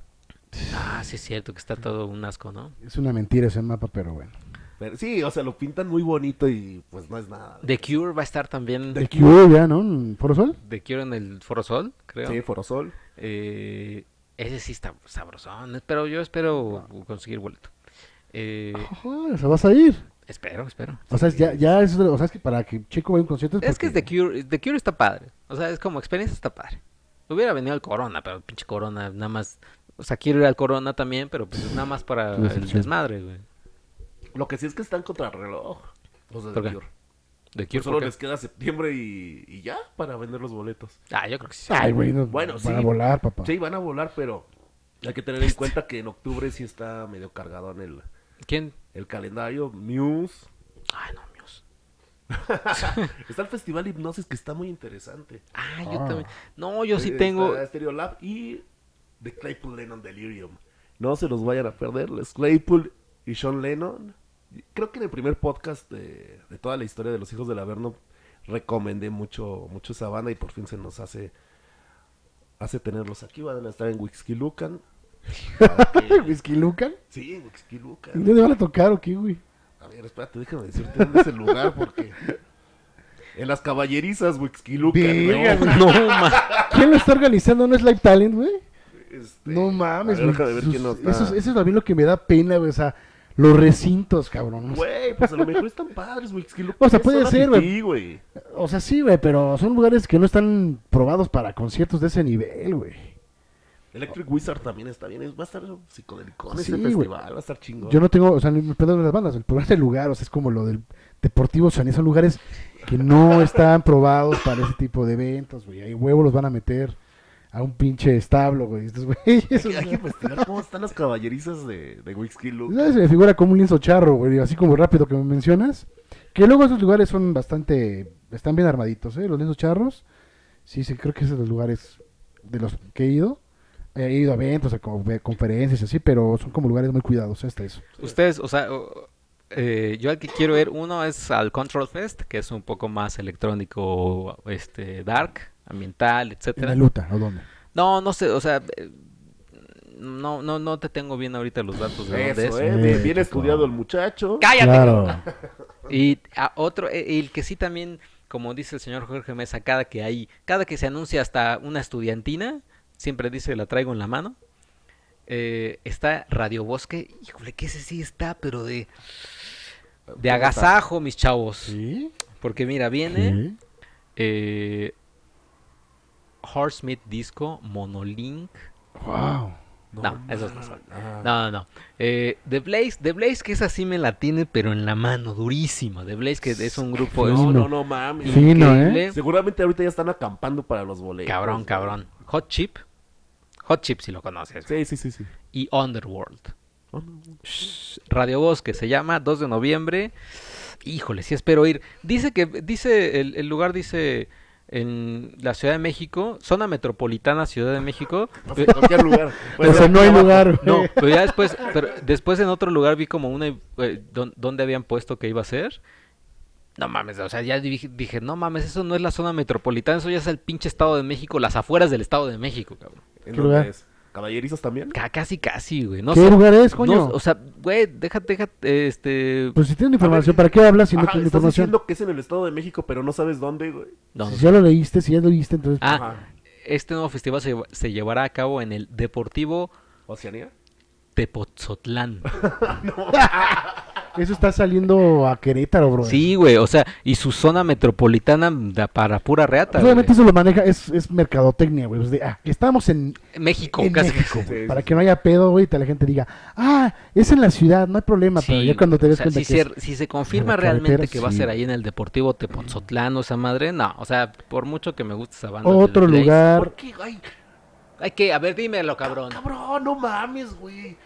Ah, sí es cierto que está todo un asco, ¿no? Es una mentira ese mapa, pero bueno. Pero sí, o sea, lo pintan muy bonito y pues no es nada. The Cure va a estar también... The Cure ya, ¿no? ¿En ¿Foro Sol? The Cure en el Foro Sol, creo. Sí, Forosol. Eh, ese sí está sabrosón, pero yo espero conseguir boleto. Eh, Ajá, o sea, vas a ir. Espero, espero. O sea, es- ya, ya es, o sea, es que para que Checo vaya a un concierto. Es que es porque- The Cure, The Cure está padre. O sea, es como experiencia está padre. Hubiera venido al Corona, pero pinche Corona, nada más. O sea, quiero ir al Corona también, pero pues es nada más para Una el excepción. desmadre, güey. Lo que sí es que están contra reloj. Los de ¿Por qué? The Cure. The Cure, Pues solo ¿por qué? les queda septiembre y, y ya para vender los boletos. Ah, yo creo que sí. Ay, güey, no, Bueno, van sí. a volar, papá. Sí, van a volar, pero Hay que tener en cuenta que en octubre sí está medio cargado en el, ¿Quién? el calendario. Muse. Ay, no, Dios. Está el Festival Hipnosis que está muy interesante. Ah, yo Ah. también. No, yo sí Eh, tengo. está Stereolab y The Claypool Lennon Delirium. No se los vayan a perder. Les Claypool y Sean Lennon. Creo que en el primer podcast de, de toda la historia de los hijos del Averno recomendé mucho, mucho esa banda y por fin se nos hace hace tenerlos aquí. Van a estar en Whisky Lucan. Para que- ¿Whisky Lucan? Sí, en Whisky Lucan. ¿Dónde van a tocar o qué, güey? A ver, espérate, déjame decirte dónde es el lugar porque... En las caballerizas, Whisky Lucan. Verga, ¿no? güey. No, ma- ¿Quién lo está organizando? ¿No es Live Talent, güey? Este, No mames, a ver, güey. déjame ver Sus- quién nos eso, es- da. eso es también lo que me da pena, güey. O sea, los recintos, cabrón. O sea, Güey, pues a lo mejor están padres, güey. Es que lo- O sea, es puede hora ser, güey. fifí, güey. O sea, sí, güey, pero son lugares que no están probados para conciertos de ese nivel, güey. Electric Wizard también está bien. es- Va a estar psicodélico Sí, ese güey. festival. Va a estar chingón. Yo no tengo, o sea, ni me pedo de las bandas, el problema es el lugar, o sea, es como lo del Deportivo Oceanía, son lugares que no están probados para ese tipo de eventos, güey. Ahí huevo los van a meter a un pinche establo, güey. Estos güeyes, Hay o que, hay que sea, investigar cómo están las caballerizas de, de Whisky Luke. ¿sabes? se me figura como un lienzo charro, güey, así como rápido que me mencionas. Que luego esos lugares son bastante, están bien armaditos, ¿eh? Los lienzos charros. Sí, sí, creo que es de los lugares de los que he ido. He ido a eventos, a co- conferencias, y así, pero son como lugares muy cuidados, hasta eso. ustedes, o sea, o- eh, yo al que quiero ir, uno es al Control Fest, que es un poco más electrónico, este, dark, ambiental, En etcétera. la luta, ¿o dónde? No, no sé, o sea, eh, no, no, no te tengo bien ahorita los datos de dónde Eso, es. eh. Sí, Bien, bien chico. estudiado el muchacho. ¡Cállate! Claro. Y a otro, eh, el que sí también, como dice el señor Jorge Mesa, cada que hay, cada que se anuncia hasta una estudiantina, siempre dice la traigo en la mano. eh, está Radio Bosque, híjole, que ese sí está, pero de, de agasajo, mis chavos. ¿Sí? Porque mira, viene ¿Sí? eh, Horse Meat Disco, Monolink. Wow. No, esos no son. Ah, No, no, no. Eh, The Blaze, The Blaze que esa sí me la tiene, pero en la mano, durísima. The Blaze que es un grupo es Fino. no, no, no eh? mames. Sí. Fino, increíble. Seguramente ahorita ya están acampando para los boletos. Cabrón, cabrón. Hot Chip. Hot Chip si lo conoces. Sí, sí, sí, sí. Y Underworld. Oh, no. Shh, Radio Bosque se llama, 2 de noviembre. Híjole, sí espero ir. Dice que, dice, el, el lugar dice en la Ciudad de México, zona metropolitana Ciudad de México. No sé, en cualquier lugar. o sea, no hay abajo. lugar, No, güey. pero ya después, pero después en otro lugar vi como una eh, don- donde habían puesto que iba a ser. No mames, o sea, ya dije, dije, no mames, eso no es la zona metropolitana, eso ya es el pinche Estado de México, las afueras del Estado de México, cabrón. ¿En ¿Qué dónde lugar? es? ¿Caballerizas también? Ca- casi, casi, güey. No ¿Qué sé, lugar es, no- coño? o sea, güey, déjate, déjate, este... Pues si tienen información, ¿para qué hablas si no Ajá, tienen estás información? diciendo que es en el Estado de México, pero no sabes dónde, güey. no, no Si sé. ya lo leíste, si ya lo leíste, entonces... Ah, Ajá. este nuevo festival se, lleva- se llevará a cabo en el Deportivo ¿Oceanía? Tepoztlán. Eso está saliendo a Querétaro, bro. Sí, güey, o sea, y su zona metropolitana da para pura reata, Pues obviamente güey. eso lo maneja, es, es mercadotecnia, güey. Es de, ah, estamos en, México, en casi. México, güey, Sí, sí, para sí. que no haya pedo, güey, y que la gente diga, ah, es en la ciudad, no hay problema, pero Sí, ya cuando te güey, o des sea, cuenta si, que se, si se confirma la carretera, realmente que va a sí. ser ahí en el Deportivo Teponzotlán o esa madre, no, o sea, por mucho que me guste esa es banda. de otro The Blaze, lugar... Ah, ¿Por qué? Ay, Hay que, a ver, dímelo, cabrón. Cabrón, no mames, güey.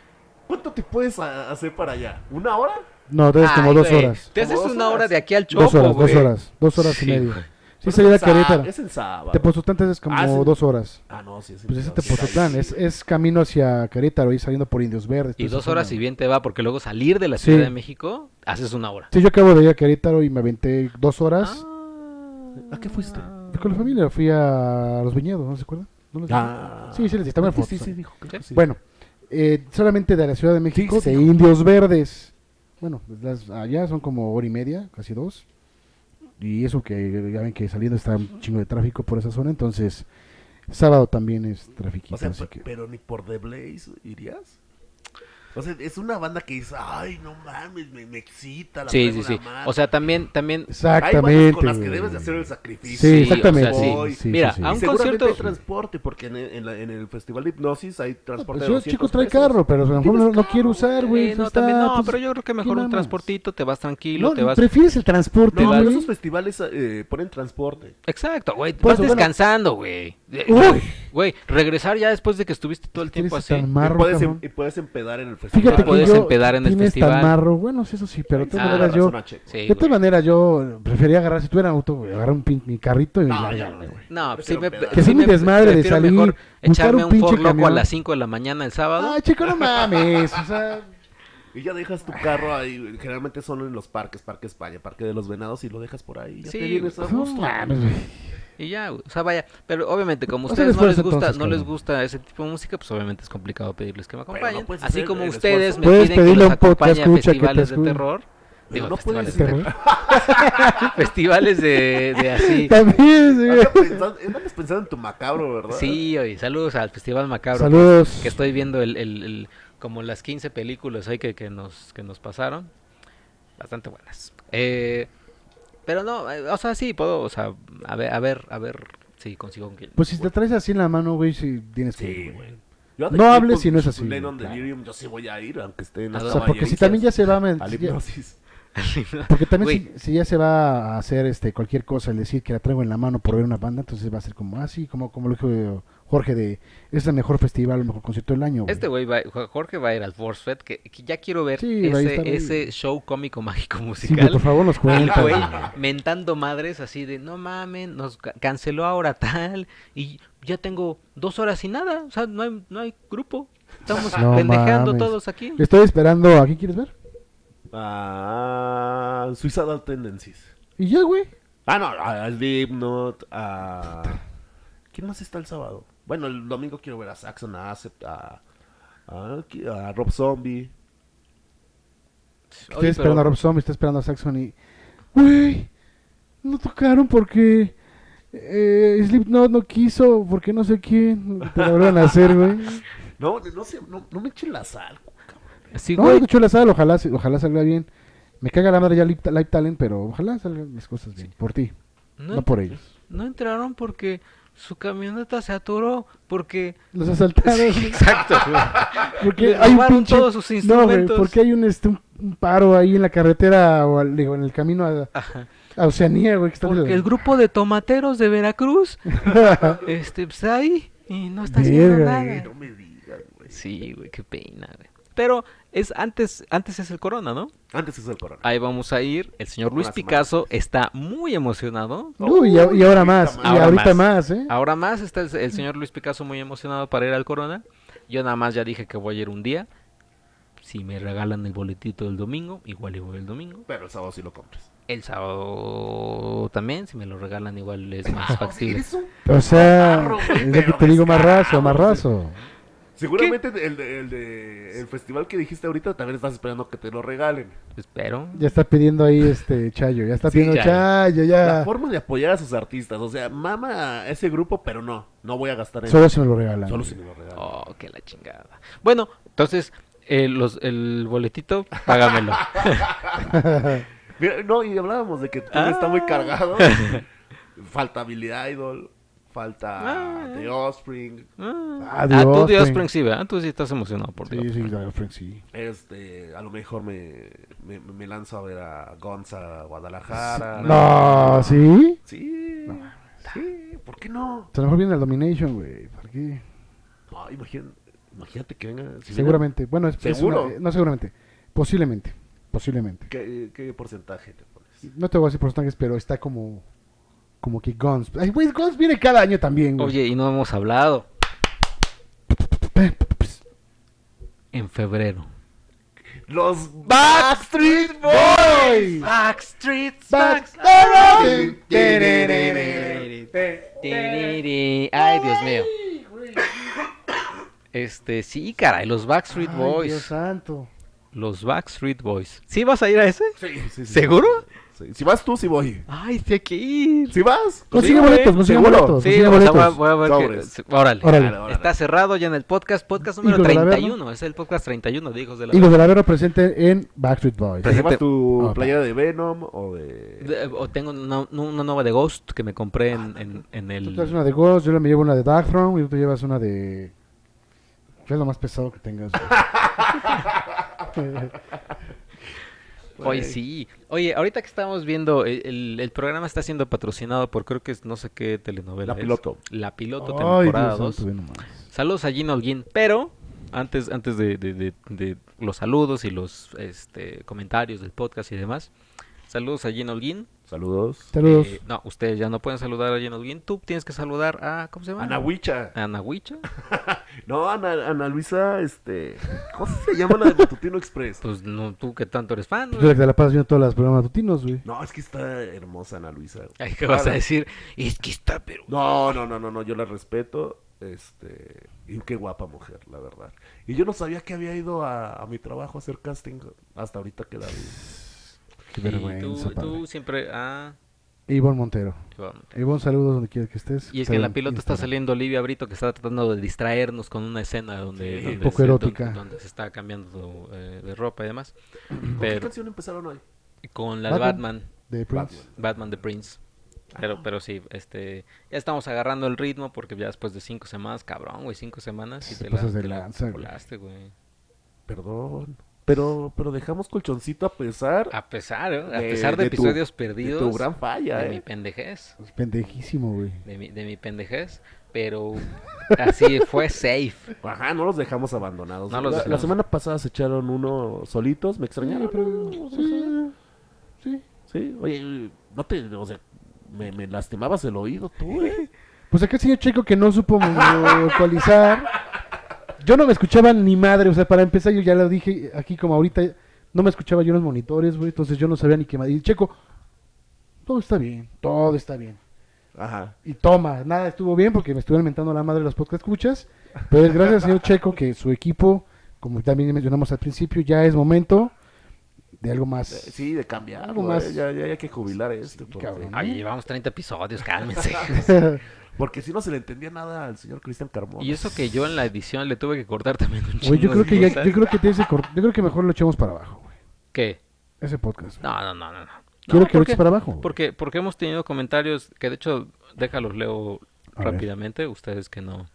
¿Cuánto te puedes a- hacer para allá? ¿Una hora? No, entonces Pues como Ay, dos güey, horas. Te haces Como dos una hora horas. de aquí al chopo, Dos horas, dos güey. horas, dos horas y Sí, media. güey. Sí, Pero salir a es en Sa- Querétaro. Es en sábado. Tepoztlán te es como Ah, sí. dos horas. Ah, no, sí, es en Pues ese sábado, sí, Tepoztlán ahí es, sí. es camino hacia Querétaro y saliendo por Indios Y Verdes. Pues entonces dos es horas una- y bien te va, porque luego salir de la Sí. Ciudad de México, haces una hora. Sí, yo acabo de ir a Querétaro y me aventé dos horas. Ah. ¿A qué fuiste? Fui Con la familia fui a los viñedos, ¿no se acuerdan? ¿No les dije? Ah. Sí, sí, les dije, también Sí, fotos. sí, sí, dijo. creo ¿Sí? que sí. Bueno, eh, solamente de la Ciudad de México, Sí, sí, de dijo. Indios Verdes. Bueno, pues, las- allá son como hora y media, casi dos. Y eso que ya ven que saliendo está un chingo de tráfico por esa zona, entonces sábado también es trafiquito. O sea, así pe- que... pero ni por The Blaze irías. O sea, es una banda que dice, ay, no mames, me, me excita. La Sí, traigo sí, en sí. la mano". O sea, también, también. Hay bandas Exactamente. con las que güey. debes de hacer el Sí, sacrificio. Sí, o sea, exactamente. sí. Sí, sí, Mira, sí. a un Seguramente concierto. hay transporte, porque en el, en la- en el Festival de Hipnosis hay transporte Pues de yo, 200 chicos, trae pesos. carro, pero a lo mejor Tienes no, no carro, quiero usar, güey. Eh, no, pues, está, también no, pues, pero yo creo que ¿qué mejor un mamas? transportito, te vas tranquilo, No, te vas. prefieres el transporte, No, güey. pero esos festivales eh, ponen transporte. Exacto, güey. Por Vas eso, Pues, bueno. descansando, güey. Eh, Uy. Güey, regresar ya después de que estuviste todo el tiempo Tienes así. tan Y marro, puedes, cabrón. em- y puedes empedar en el festival. em- Fíjate que puedes yo empedar en el tienes festival. tan marro. Bueno, sí, eso sí, pero de todas Ah, maneras razón, yo... Sí, de todas güey. maneras yo prefería agarrar, si tuviera auto, güey, agarrar un pin, mi carrito y No, largarme, ya no, güey. No, sí Prefiero me, pedal. sí Que es un me- desmadre de prefiero salir, mejor buscar echarme un un, pinche forloco a camión. las 5 de la mañana el sábado. Ay, chico, no mames, o sea... Y ya dejas tu carro ahí. güey. Generalmente son en los parques, Parque España, Parque de los Venados, y lo dejas por ahí. Ya Sí, te vienes No a gusto. mames, güey. Y ya, güey. o sea, vaya, pero obviamente como Haz el ustedes no les esfuerzo gusta, entonces, no les cabrón. gusta ese tipo de música, pues obviamente es complicado pedirles que me no acompañen. puedes Así hacer como el ustedes esfuerzo. me Puedes piden que pedirle los a un podcast acompañe a escucha que te festivales de escu- terror. Digo, no festivales, puedes de terror. festivales de, de así. También, güey. Andas pensando, andas pensando en tu macabro, ¿verdad? Sí, oye, saludos al Festival Macabro. Saludos. Que estoy viendo el, el- el- como las 15 películas ahí que, que nos, que nos pasaron. Bastante buenas. Eh, pero no, eh, o sea, sí, puedo, o sea, a ver, a ver, a ver si consigo que... Pues si te traes así en la mano, güey, si tienes que... ir, Sí, güey. güey. Yo a No The hables People si no es con así, Lennon claro. Delirium, yo sí voy a ir, aunque esté en O las O sea, porque si caballerizas, también ya se va a... men- Al si ya- hipnosis. Porque también Güey. si, si ya se va a hacer este cualquier cosa, el decir que la traigo en la mano por ver una banda, entonces va a ser como así, como, como lo dijo eh, Jorge de es el mejor festival, el mejor concierto del año. güey". Este güey, va- Jorge va a ir al Force Fest, que, que ya quiero ver Sí, va a estar ese, ahí. ese show cómico mágico sí, güey, musical. por favor nos El cuentas. güey güey. mentando madres así de no mamen, nos ca- canceló ahora tal y ya tengo dos horas y nada, o sea, no hay, no hay grupo. Estamos No pendejando mames. todos aquí. Estoy esperando, ¿a quién quieres ver? Ah, Suicidal Tendencies. Y ya, güey. Ah, no, a a Slipknot, a... ¿Quién más está el sábado? Bueno, el domingo quiero ver a Saxon, a Acept, a... a- a Rob Zombie. Oye, Estoy pero- esperando a Rob Zombie, estoy esperando a Saxon y... Güey, no tocaron porque... Eh, Slipknot no quiso, porque no sé quién. Te lo vuelvan a hacer, güey. No, no sé, no, no me echen la sal. Sí, No, güey. escuchó la sal, ojalá, se- ojalá salga bien. Me caga la madre ya Live, Live Talent, pero ojalá salgan las cosas bien. Por ti, No, no, por ellos. no entraron porque su camioneta se atoró porque Los asaltaron. Exacto. güey. porque Le hay un robaron pinche... todos sus No, güey, instrumentos. porque hay un, este, un- un paro ahí en la carretera o al- digo, en el camino a, Ajá. a Oceanía, güey. Que está Porque el grupo de tomateros de Veracruz este pues, ahí y no está haciendo Verga, nada. No me digas, güey. Sí, güey, qué pena, güey. Pero es antes antes es el Corona, ¿no? Antes es el corona. Ahí vamos a ir. El señor Luis Una semana. Picasso está muy emocionado. Uy, y, a- y ahora más, y Ahora ahorita más. más, ¿eh? Ahora más está el, el señor Luis Picasso muy emocionado para ir al Corona. Yo nada más ya dije que voy a ir un día. Si me regalan el boletito del domingo, igual y voy el domingo. Pero el sábado sí lo compras. El sábado también, si me lo regalan igual es Ah, más factible. Eres un- O sea, Carro, güey, es lo pero que te digo, más descarado, raso, más güey. raso. Seguramente el, de- el de- el festival que dijiste ahorita también estás esperando que te lo regalen. Espero. Ya está pidiendo ahí este Chayo, ya está Sí, pidiendo Chayo, La ya. forma de apoyar a sus artistas. O sea, mama a ese grupo, pero no. No voy a gastar en Solo si me lo regalan. Solo güey. si me lo regalan. Oh, que la chingada. Bueno, entonces eh, los- el boletito, págamelo. Mira, no, y hablábamos de que todo Ah. está muy cargado. falta Billy Idol. Falta Ah. The Offspring. Ah, Ah, ah, tú Dios, Dios, Frank. Frank, sí, ¿verdad? Tú sí estás emocionado por Sí, Dios. sí, Dios, Frank, sí. Este, a lo mejor me, me, me lanzo a ver a Gonza Guadalajara. No, ¿sí? Sí. Sí, ¿por qué no? A lo mejor viene el Domination, güey. ¿Por qué? No, imagín- imagínate que venga. si Seguramente. Bueno, es, es ¿Seguro? una- eh, no seguramente. Posiblemente. Posiblemente. viene- ¿qué, qué porcentaje te pones? No te voy a decir porcentajes, pero está como... Como que Guns. Ay, güey, Guns viene cada año también, güey. Oye, y no hemos hablado. En febrero. Los Backstreet Boys. Backstreet Back- Ay, Dios mío. Este, sí, caray, los Backstreet Ay, Dios Boys. santo. Los Backstreet Boys. ¿Sí vas a ir a ese? Sí, sí, sí. ¿Seguro? Sí. Si vas tú, sí voy. Ay, sí hay que ir. Si vas. Consigue güey, boletos, consigue seguro. boletos, Sí, consigue o sea, voy a- boletos. voy a ver que- Sobres. Órale. Órale. Claro, órale. Está cerrado ya en el podcast, podcast número Hijos de la 31. Es el podcast 31 de Hijos de la Hijos de la Vera presente en Backstreet Boys. ¿Te llevas Presente. tu Ah, playera de Venom o de... De- Eh, O tengo una, una nueva de Ghost que me compré en, en, en Tú traes el... una de Ghost, yo me llevo una de Dark Throne y tú te llevas una de. ¿Qué es lo más pesado que tengas? güey? Oye, Pues sí. Oye, ahorita que estamos viendo, eh, el, el programa está siendo patrocinado por creo que es no sé qué telenovela. La es. Piloto. La Piloto, Ay, Dios temporada Eh, santo, 2. ve nomás. Saludos a Gino Holguín, pero antes, antes de, de- de- de los saludos y los este, comentarios del podcast y demás, saludos a Gino Holguín. Saludos. Saludos. Eh, no, ustedes ya no pueden saludar a Gino Holguín. Tú tienes que saludar a. ¿Cómo se llama? Ana Huicha. A Ana Huicha. No, Ana, Ana Luisa, este... ¿Cómo se llama la de Matutino Express? Pues no, tú que tanto eres fan. Tú ¿no? eres la que te la pasas viendo todas las programas rutinos, güey. No, es que está hermosa Ana Luisa. Ay, ¿Qué vas a Ana. decir? Es que está, pero. No, no, no, no, no, yo la respeto. Este, y qué guapa mujer, la verdad. Y yo no sabía que había ido a, a mi trabajo a hacer casting hasta ahorita que la vi. Qué Y vergüenza, tú, padre. tú siempre. Ah. Ivonne Montero. vamos. Ivonne, saludos donde quiera que estés. Y es Está que en la pilota está Instagram. saliendo Olivia Brito que está tratando de distraernos con una escena donde, Sí, donde un poco se, erótica. Donde, donde se está cambiando eh, de ropa y demás. ¿Con qué Pero canción empezaron hoy? con la de Batman. Batman, De Prince. Batman the Prince. Ah. Pero, pero sí, este, ya estamos agarrando el ritmo porque ya después de cinco semanas, cabrón, güey, cinco semanas y Se te pasas de te lanza, güey. colaste, güey. Perdón. Pero, pero dejamos colchoncito a pesar A pesar, ¿eh? a de- pesar de, de tu- episodios de perdidos, tu gran falla, de mi eh. pendejez, Es pendejísimo, güey. de mi, de mi pendejez, pero así fue safe. Ajá, no los dejamos abandonados. No los la, la dejamos. semana pasada se echaron uno solitos, me extrañaron. pero- Sí, sí. Sí, oye, no te, o sea, me, me lastimabas el oído tú, eh. Pues acá el señor Checo que no supo actualizar. Yo no me escuchaba ni madre, o sea, para empezar yo ya lo dije aquí como ahorita, no me escuchaba yo en los monitores, güey, entonces yo no sabía ni qué madre. Y Checo, todo está bien, todo está bien. Ajá. Y toma, nada estuvo bien porque me estuvieron mentando la madre los podcast escuchas, pero es gracias al señor Checo que su equipo, como también mencionamos al principio, ya es momento de algo más. Eh, Sí, de cambiar, Algo güey, más. Ya, ya, ya hay que jubilar este. porque- cabrón. Ay, llevamos 30 episodios, cálmense. Porque si no se le entendía nada al señor Cristian Carmona. y eso que yo en la edición le tuve que cortar también un chingo Güey, yo creo de que ya- cosas. yo creo que tienes que cor- yo creo que mejor lo echemos para abajo, güey. ¿Qué? Ese podcast. güey. No, no, no, no. no. Quiero No, que lo ¿por qué? eches para abajo. güey. Porque, porque hemos tenido comentarios que de hecho, déjalos leo A ver. rápidamente, ustedes que no.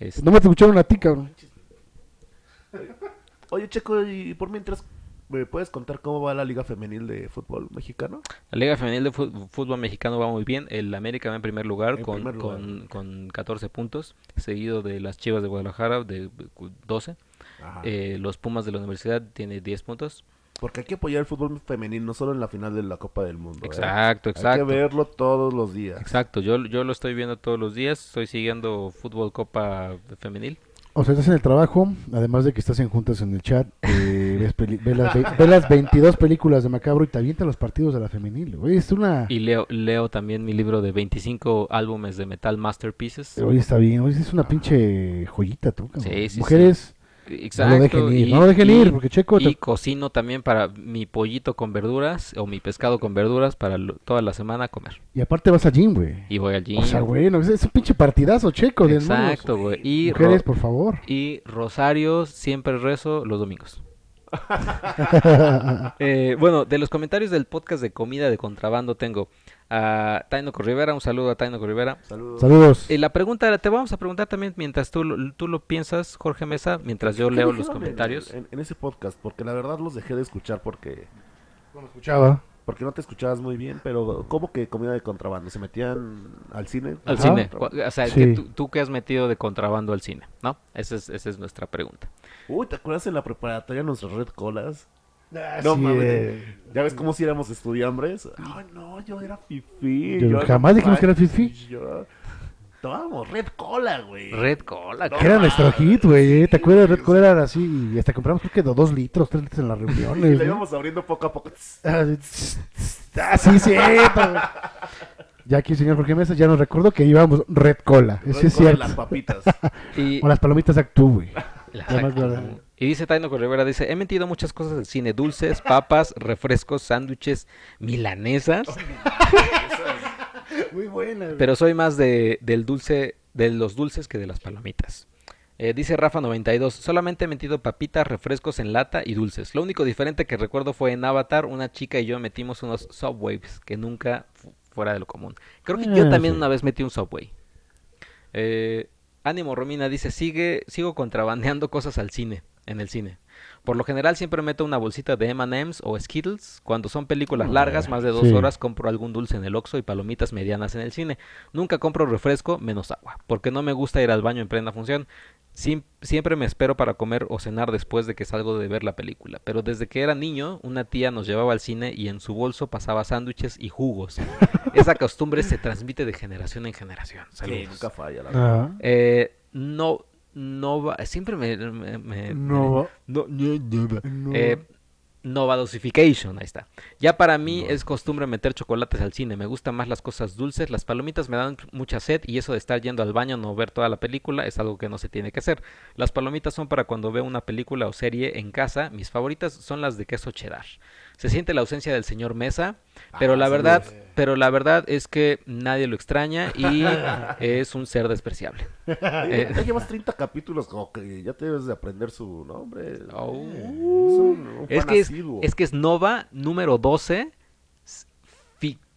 este, No me te escucharon a ti, cabrón. Oye, Checo, y por mientras, ¿me puedes contar cómo va la Liga Femenil de Fútbol Mexicano? La Liga Femenil de Fu- Fútbol Mexicano va muy bien. El América va en primer lugar, En con, primer lugar. Con, con 14 puntos, seguido de las Chivas de Guadalajara de cu- 12. Ajá. Eh, los Pumas de la Universidad tiene 10 puntos. Porque hay que apoyar el fútbol femenil, no solo en la final de la Copa del Mundo. ¿eh? Exacto, Hay que exacto. verlo todos los días. Exacto, yo, yo lo estoy viendo todos los días, estoy siguiendo Fútbol Copa Femenil. O sea, estás en el trabajo, además de que estás en juntas en el chat, eh, ves, peli- ves las, ve- ves las 22 películas de Macabro y te avientan los partidos de la femenil, güey. Es una... Y leo, leo también mi libro de 25 álbumes de metal masterpieces. Hoy está bien, hoy es una pinche joyita, tú, cabrón. Sí, sí, Mujeres, Exacto. no lo dejen ir, y- no lo dejen y- ir, porque Checo... te- Y cocino también para mi pollito con verduras o mi pescado con verduras para lo- toda la semana comer. Y aparte vas a gym, güey. Y voy al gym. O sea, bueno, es, es un pinche partidazo, Checo, de hermanos. Exacto, güey. Y, ro- Mujeres, pues. por favor. y Rosario siempre rezo los domingos. Eh, bueno, de los comentarios del podcast de comida de contrabando tengo a Taino Corrivera. Un saludo a Taino Corrivera. Saludos. Saludos. Eh, la pregunta era, te vamos a preguntar también mientras tú, lo- tú lo piensas, Jorge Mesa, mientras yo ¿Qué leo dijeron los en- comentarios. En, en ese podcast, porque la verdad los dejé de escuchar porque Escuchaba. porque no te escuchabas muy bien, pero ¿cómo que comida de contrabando? ¿Se metían al cine? Al Ajá. cine. Cu- O sea, Sí. que tú, tú que has metido de contrabando al cine, ¿no? Esa es, esa es nuestra pregunta. Uy, ¿te acuerdas en la preparatoria nuestras red colas? no, No mames. eh. ¿Ya ves cómo si éramos estudiambres? Ay, no, yo era fifí. Yo jamás dijimos que era fifí. fifi. Yo... Tomábamos red cola, güey. Red Cola. No, Que era mames. nuestro hit, güey. ¿eh? ¿Te acuerdas? Red Cola era así. Y hasta compramos, creo que do- dos litros, tres litros en las Y reuniones. ¿no? la íbamos abriendo poco a poco. Ah, tss, tss, ah, sí, cierto. güey. ya aquí el señor Jorge Mesa ya nos recordó que íbamos Red Cola. Red sí, es cola y cierto. las papitas. Y, O las palomitas Actú, güey. La La más saca. barata. Y dice Taino Correvera, dice, he mentido muchas cosas del cine, dulces, papas, refrescos, sándwiches, milanesas, Muy buena. güey. pero soy más de, del dulce, de los dulces que de las palomitas. Eh, dice Rafa92, solamente he mentido papitas, refrescos en lata y dulces. Lo único diferente que recuerdo fue en Avatar, una chica y yo metimos unos Subways que nunca fu- fuera de lo común. Creo que yo Ah, también sí. una vez metí un Subway. Eh, Ánimo Romina dice, sigue, sigo contrabandeando cosas al cine, en el cine. Por lo general siempre meto una bolsita de M&M's o Skittles. Cuando son Ah, películas largas, más de dos Sí. horas, compro algún dulce en el Oxxo y palomitas medianas en el cine. Nunca compro refresco, menos agua, porque no me gusta ir al baño en plena función. Sim- siempre me espero para comer o cenar después de que salgo de ver la película. Pero desde que era niño, una tía nos llevaba al cine y en su bolso pasaba sándwiches y jugos. Esa costumbre se transmite de generación en generación. Sí, Saludos. nunca falla. La verdad. Ah, Eh, no, no va. Siempre me. me- me- no, va- no, no, no va. no Eh, Nova Dosification, ahí está. Ya para mí es costumbre meter chocolates al cine. Me gustan más las cosas dulces. Las palomitas me dan mucha sed y eso de estar yendo al baño no ver toda la película es algo que no se tiene que hacer. Las palomitas son para cuando veo una película o serie en casa. Mis favoritas son las de queso cheddar. Se siente la ausencia del señor Mesa, Ah, pero la verdad, pero la verdad es que nadie lo extraña y es un ser despreciable. Oye, Eh. Ya llevas 30 capítulos, como que ya te debes de aprender su nombre. Oh. Es un- un Es fan que es, asiduo. es que es Nova número 12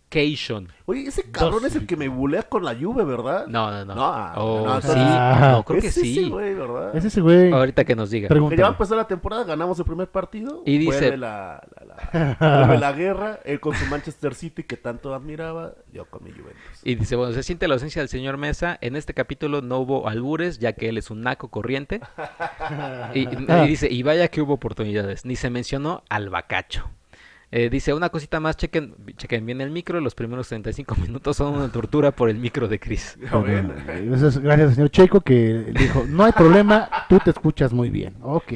Fication. Oye, ese cabrón es el que me bulea con la lluvia, ¿verdad? No, no, no. No, ah, Oh, no, sí. entonces- No, creo que Es ese sí. güey, ¿verdad? Es ese güey. Ahorita que nos diga. Que ya va a Pregunta. empezar la temporada, ganamos el primer partido. Y dice- vuelve la, la, la- vuelve la guerra, él con su Manchester City que tanto admiraba, yo con mi Juventus. Y dice, bueno, se siente la ausencia del señor Mesa. En este capítulo no hubo albures, ya que él es un naco corriente. Y, y dice, y vaya que hubo oportunidades. Ni se mencionó al bacacho. Eh, dice, una cosita más, chequen, chequen bien el micro. Los primeros 35 minutos son una tortura por el micro de Chris. Ya ven. Gracias, gracias, señor Checo, que dijo: No hay problema, tú te escuchas muy bien. Ok.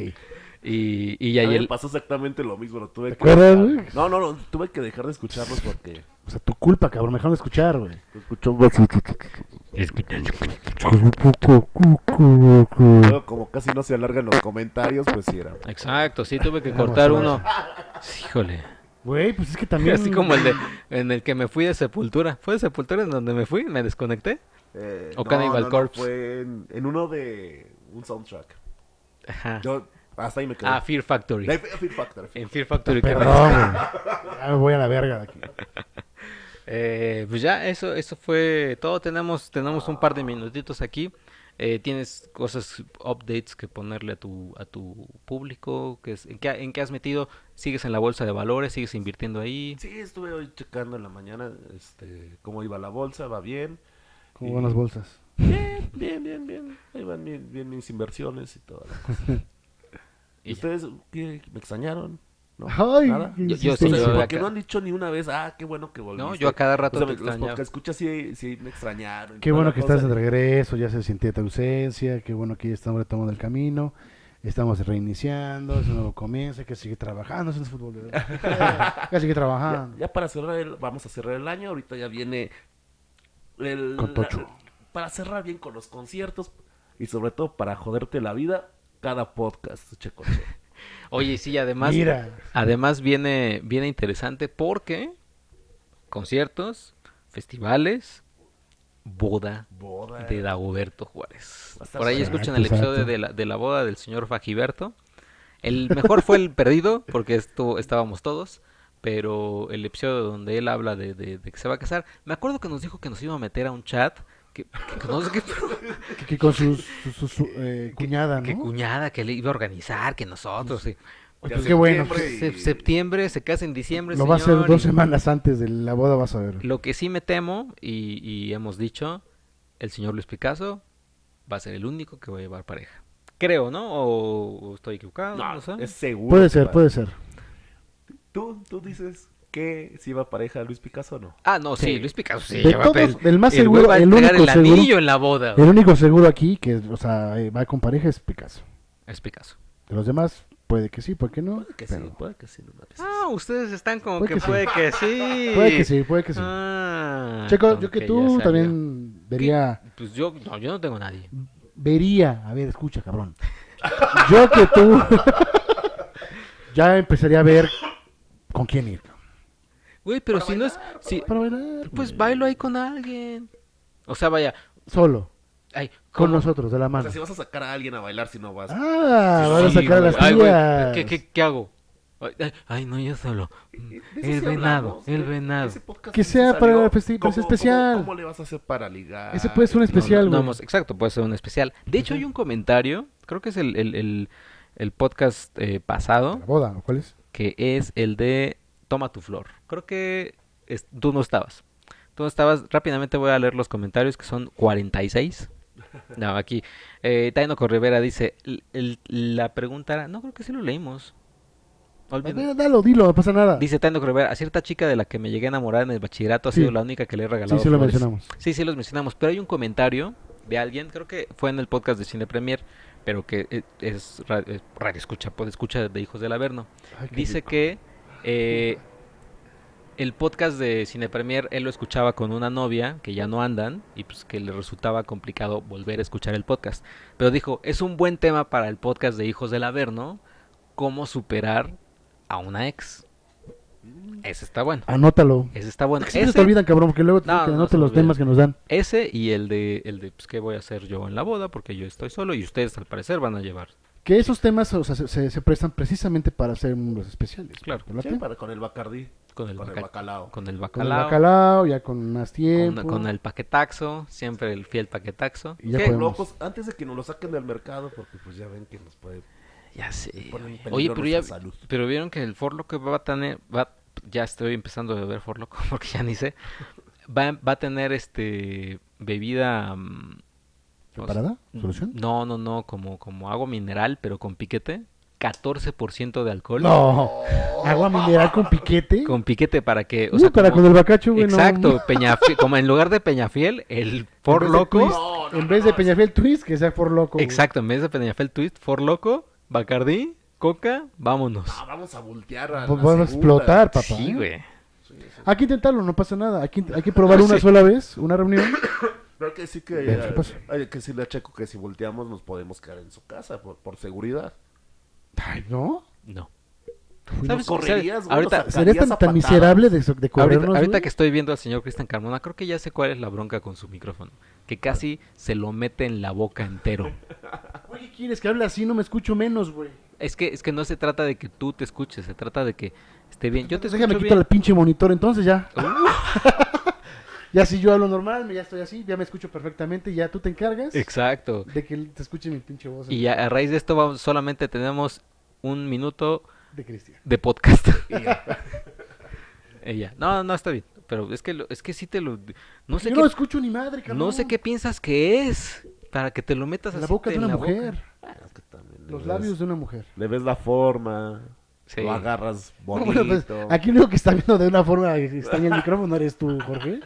Y, y A ahí mí el... me pasó exactamente lo mismo, lo tuve ¿Te que... acuerdas, dejar. güey? No, no, no, tuve que dejar de escucharlos porque... O sea, tu culpa, cabrón. Mejor no escuchar, güey. Escuchó Luego, como casi no se alargan los comentarios, pues sí era. Exacto, sí, tuve que Vamos, cortar vamos. uno. Híjole. Güey, pues es que también. Así como el de en el que me fui de Sepultura. ¿Fue de Sepultura en donde me fui? ¿Me desconecté? Eh, O Cannibal Corpse. fue en, en uno de un soundtrack. Ajá. Yo hasta ahí me quedé. Ah, Fear Factory. Ahí fue- Fear Factor. En Fear Factory. que me- Perdón, güey. Ya me voy a la verga de aquí. Eh, pues ya, eso, eso fue todo. Tenemos, tenemos un par de minutitos aquí. Eh, tienes cosas, updates que ponerle a tu, a tu público. Que es, ¿en, qué, ¿En qué has metido? ¿Sigues en la bolsa de valores? ¿Sigues invirtiendo ahí? Sí, estuve hoy checando en la mañana este, cómo iba la bolsa, va bien. Como buenas bolsas. Bien, bien, bien, bien. Ahí van bien, bien mis inversiones y toda la cosa. Y ¿Y ¿Ustedes qué, me extrañaron? ¿No? Ay, ¿Nada? qué Yo- yo O sí, sea, insistencia. yo- porque acá- no han dicho ni una vez, ah, qué bueno que volviste. No, yo a cada rato O sea, te me- los extrañaba. escuchas sí, sí me extrañaron. y Qué toda bueno la que estás cosa. de regreso, ya se sintió tu ausencia, qué bueno que ya estamos retomando el camino, estamos reiniciando, es un nuevo comienzo, hay que seguir trabajando, eso no es fútbol. ¿verdad? Hay que seguir Ya, trabajando. ya para cerrar el, vamos a cerrar el año, ahorita ya viene el Con Tocho. para cerrar bien con los conciertos y sobre todo para joderte la vida cada podcast, checo. Che. Oye, sí, además. Mira, Además viene, viene interesante porque conciertos, festivales, boda Boda. de Dagoberto Juárez. Va a estar Por ahí bueno. escuchen el Exacto, episodio de la, de la boda del señor Fagiberto. El mejor fue el perdido, porque esto estábamos todos, pero el episodio donde él habla de, de- de que se va a casar, me acuerdo que nos dijo que nos iba a meter a un chat, que, que no sé qué, que, que con sus- su, su- su, eh, cuñada, ¿no? que cuñada que le iba a organizar, que nosotros. y- Pues Ya qué bueno. septiembre pues, Se- septiembre, se casa en diciembre. Lo va a hacer señor, dos y- semanas antes de la boda, vas a ver. Lo que sí me temo, y, y hemos dicho, el señor Luis Picasso va a ser el único que va a llevar pareja. Creo, ¿no? ¿O estoy equivocado? No, No, sé. es seguro. Puede que ser, va. puede ser. ¿Tú, tú dices que si va pareja Luis Picasso o no. Ah, no, sí, Luis Picasso sí. De lleva todos, pel- el más güey seguro, va a el entregar único el seguro- anillo en la boda. El único seguro aquí que, o sea, eh, va con pareja es Picasso. Es Picasso. De los demás, puede que sí, puede que no. Puede que pero- sí, puede que sí, no mames. Ah, ustedes están como Puede que, que sí. puede que sí. Puede que sí, puede que sí. Ah, Checo, como yo que ya tú salió. también vería, Pues yo no, yo no tengo a nadie. vería, a ver, escucha, cabrón. Yo que tú ya empezaría a ver con quién ir. Güey, pero si no es. si- Para bailar. pues güey. bailo ahí con alguien. O sea, vaya. Solo, Ay, con ¿cómo? nosotros, de la O mano. sea, si vas a sacar a alguien a bailar, si no vas. Ah, Sí, van a Sí, sacar a güey. las Ay, güey, tías. ¿qué, qué, qué hago? Ay, ay, ay, no, yo solo. Mm. De eso El sí venado, hablamos, el ¿eh? venado. Ese podcast Que sí sea salió. para la festi- pero es ¿Cómo- especial. ¿Cómo, cómo le vas a hacer para ligar? Ese puede ser un No, especial, Ah, No, güey. no, mos- exacto, puede ser un especial. De hecho, hay un comentario, creo que es el, el- el- el podcast eh, pasado, La boda, ¿o ¿cuál es? que es el de Toma tu flor. Creo que es- tú no estabas. Tú no estabas. Rápidamente voy a leer los comentarios, que son 46. No, aquí. Eh, Taino Corrivera dice, "L- el- la pregunta era, no creo que sí lo leímos. Olvida- Ah, Dalo, dilo, no pasa nada. Dice Taino Corrivera, a cierta chica de la que me llegué a enamorar en el bachillerato ha Sí. sido la única que le he regalado Sí, sí lo flores". mencionamos. Sí, sí los mencionamos, pero hay un comentario de alguien, creo que fue en el podcast de Cine Premier, pero que eh, es ra- eh, radio escucha, pod escucha de Hijos del Averno. Ay, qué Dice rico. que eh, el podcast de Cine Premier él lo escuchaba con una novia que ya no andan y pues que le resultaba complicado volver a escuchar el podcast. Pero dijo, es un buen tema para el podcast de Hijos del Averno, cómo superar a una ex. Ese está bueno. Anótalo. Ese está bueno. Es que Mm. se te Ese- olvidan, cabrón, porque luego No, tienes no, que se anote me los olvida. temas que nos dan. Ese y el de, el de pues, qué voy a hacer yo en la boda, porque yo estoy solo y ustedes al parecer van a llevar. Que esos temas o sea, se, se- se prestan precisamente para hacer los especiales. Claro. ¿Te late? Sí, para- con el Bacardí. Con el, Con el bacal- bacalao. Con el Con el bacalao. bacalao, ya con más Con, tiempo. con el paquetaxo, siempre el fiel paquetaxo. Y ya ¿Qué? podemos. Locos, antes de que nos lo saquen del mercado, porque pues ya ven que nos puede. Ya sé. Ponen oye. en peligro Oye, pero ya, nuestra salud. pero vieron que el Forloco va a tener, va, ya estoy empezando a beber Forloco porque ya ni sé, va, va a tener este bebida mm, o sea, ¿Preparada? ¿Solución? No, no, no, como, como agua mineral, pero con piquete, 14% de alcohol. No. Agua mineral con piquete. Con piquete para que, o Uy, sea, para como- con el bacacho, güey. no. Exacto, Peñafiel, como en lugar de Peñafiel, el For En vez de Loco. Twist, en vez de Peñafiel Twist, que sea por loco. güey. Exacto, en vez de Peñafiel Twist, For Loco, Bacardí, Coca, vámonos. Ah, vamos a voltear a. Va- va la Pues a segunda. explotar, papá. Sí, ¿eh? güey. Hay que intentarlo, no pasa nada. Hay que, hay que probar una sola vez, una reunión. Pero hay que sí que. Ve, ¿qué pasó? Hay que decirle a Checo que si volteamos nos podemos quedar en su casa por, por seguridad. Ay, no. No. Uy, ¿Sabes? correrías, güey, ahorita, ¿Serías tan, nos Sacarías a tan patadas. miserable de, so- de ahorita, corrernos, ahorita güey? que estoy viendo al señor Cristian Carmona, creo que ya sé cuál es la bronca con su micrófono. Que casi se lo mete en la boca entero. Oye, ¿qué quieres que hable así? No me escucho menos, güey. Es que, es que no se trata de que tú te escuches, se trata de que esté bien. Yo te Entonces, déjame escucho quitar bien. Uh. el pinche monitor entonces ya. ya si yo hablo normal, ya estoy así, ya me escucho perfectamente, ya tú te encargas Exacto. de que te escuche mi pinche voz Y a, a raíz de esto vamos, solamente tenemos un minuto de Cristian. de podcast. Ella. No, no, está bien. Pero es que, lo- es que sí te lo... No sé, yo qué, no escucho ni madre, cabrón. no sé qué piensas que es para que te lo metas En la así boca de en una la boca. mujer, Ah, es que también le los ves- labios de una mujer. Le ves la forma. Sí. Lo agarras No, bonito. bueno, pues, aquí lo único que está viendo de una forma extraña el micrófono eres tú, Jorge.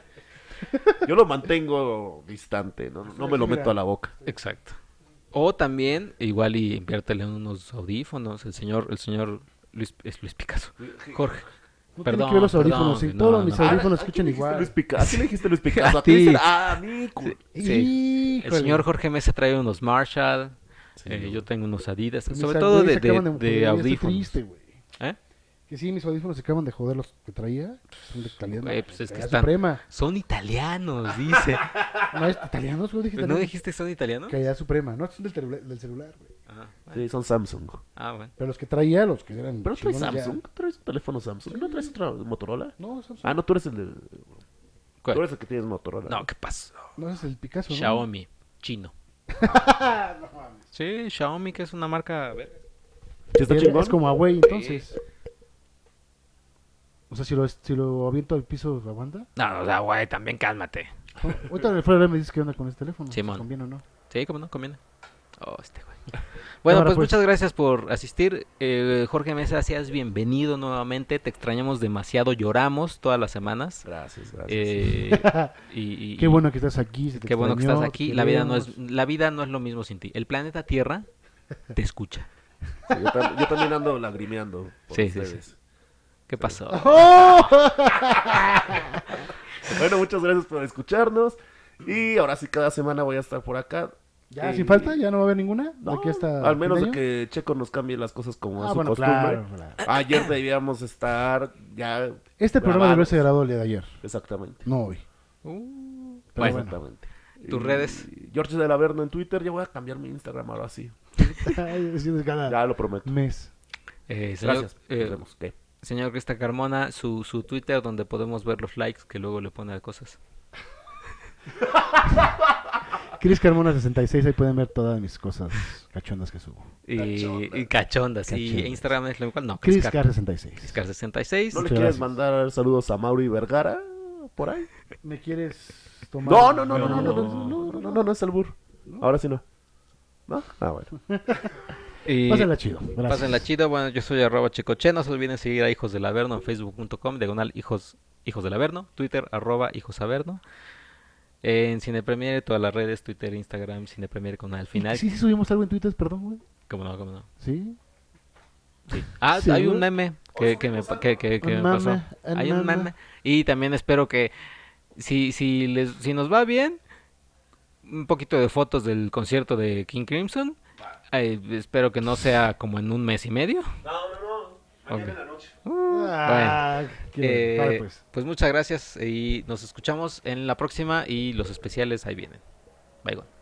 Yo lo mantengo distante, no, no me lo meto a la boca. Exacto. O también, igual y inviértele en unos audífonos. El señor, el señor Luis, es Luis Picasso. Jorge. No tiene perdón, que ver los perdón, audífonos, sí, güey, todos no, mis no. audífonos Ah, ¿a escuchan quién le dijiste igual. Luis Picasso? ¿A quién le dijiste Luis Picasso? A ¿A quién ti. se la- Ah, Nico. Sí. El Híjole. señor Jorge Mesa trae unos Marshall. eh, yo tengo unos Adidas. Mis Sobre todo de, audífonos se de- de acaban joder, ya estoy audífonos. triste, güey. ¿Eh? Que sí, mis audífonos se acaban de joder los que traía. Son de calidad. Güey, no, pues es que calidad están- suprema. Son italianos, dice. No, es italianos, güey, dije Pues ¿No italianos. dijiste que son italianos? Calidad suprema. No, son del, celula- del celular, güey. Ah, bueno. Sí, son Samsung. Ah, bueno. Pero los que traía, los que eran. ¿Pero traes chingones, ya- Samsung? ¿Traes un teléfono Samsung? ¿No traes otro Motorola? No, Samsung. Ah, no, tú eres el de... ¿Cuál? Tú eres el que tienes Motorola. No, ¿qué pasó? No, ese es el Picasso, ¿no? Xiaomi, chino. sí, Xiaomi, que es una marca. a ver, ¿Sí está Es- chingón? Es como Huawei, entonces. O sea, si lo, si lo aviento al piso, ¿aguanta? No, o sea, güey, también cálmate. No, Ahorita en el fuera me dices qué onda con este teléfono. si Simón. conviene o no. Sí, cómo no, conviene. Oh, este güey. Bueno, Ahora, pues, pues. muchas gracias por asistir. Eh, Jorge Mesa, seas bienvenido nuevamente. Te extrañamos demasiado, lloramos todas las semanas. Gracias, gracias. Eh, y, y- Qué bueno que estás aquí. se te qué bueno que estás extrañó, aquí. te La vida, no es, queremos. la vida no es lo mismo sin ti. El planeta Tierra te escucha. Sí, yo, tam- yo también ando lagrimeando por Sí, sí, ustedes. ¿Qué pasó? ¡Oh! Bueno, muchas gracias por escucharnos. Y ahora sí, cada semana voy a estar por acá. ¿Ya Sí. sin falta? ¿Ya no va a haber ninguna? ¿De No, aquí hasta al menos fin de año? que Checo nos cambie las cosas como Ah, es su bueno, costumbre. claro, claro. Ayer debíamos estar ya. Este programa debió grabados. ser grabado el día de ayer, Exactamente. no hoy. Uh, Pero bueno. Exactamente. Tus Y- redes. George del Averno en Twitter. Yo voy a cambiar mi Instagram ahora sí. Ay, sí, de cada Ya lo prometo. mes. eh, señor, Gracias. eh, Nos vemos. ¿Qué? señor Crista Carmona, su, su Twitter donde podemos ver los likes que luego le pone a cosas. Cris Carmona 66, ahí pueden ver todas mis cosas cachondas que subo. Y cachondas. Y cachondas. Cachondas. Y Instagram es lo cual no. Cris Criscar- Car 66. Criscar66. ¿No le Muchas quieres gracias. mandar saludos a Mauri Vergara por ahí? ¿Me quieres tomar? No, no, no, no, no, no, no, no, no, no, no, no es albur. Ahora sí no. ¿No? Ah, bueno. Y Pásenla chido. Gracias. Pásenla chido. Bueno, yo soy arroba checoche. No se olviden seguir a Hijos del Averno en facebook.com, diagonal hijos, hijos del Averno, Twitter arroba hijos Averno. En Cine Premiere, todas las redes, Twitter, Instagram, Cine Premiere con al final. Sí, sí, subimos algo en Twitter, perdón, güey. ¿Cómo no, cómo no? Sí. Ah, Sí, hay ¿no? un meme que, que me, pa- que, que- que Un me meme, pasó. un Hay un meme. meme. Y también espero que si, si, les, si nos va bien, un poquito de fotos del concierto de King Crimson. Eh, espero que no sea como en un mes y medio. No, no, no. Ah, qué- Eh, vale, pues. pues muchas gracias y nos escuchamos en la próxima y los especiales ahí vienen. Bye, bye.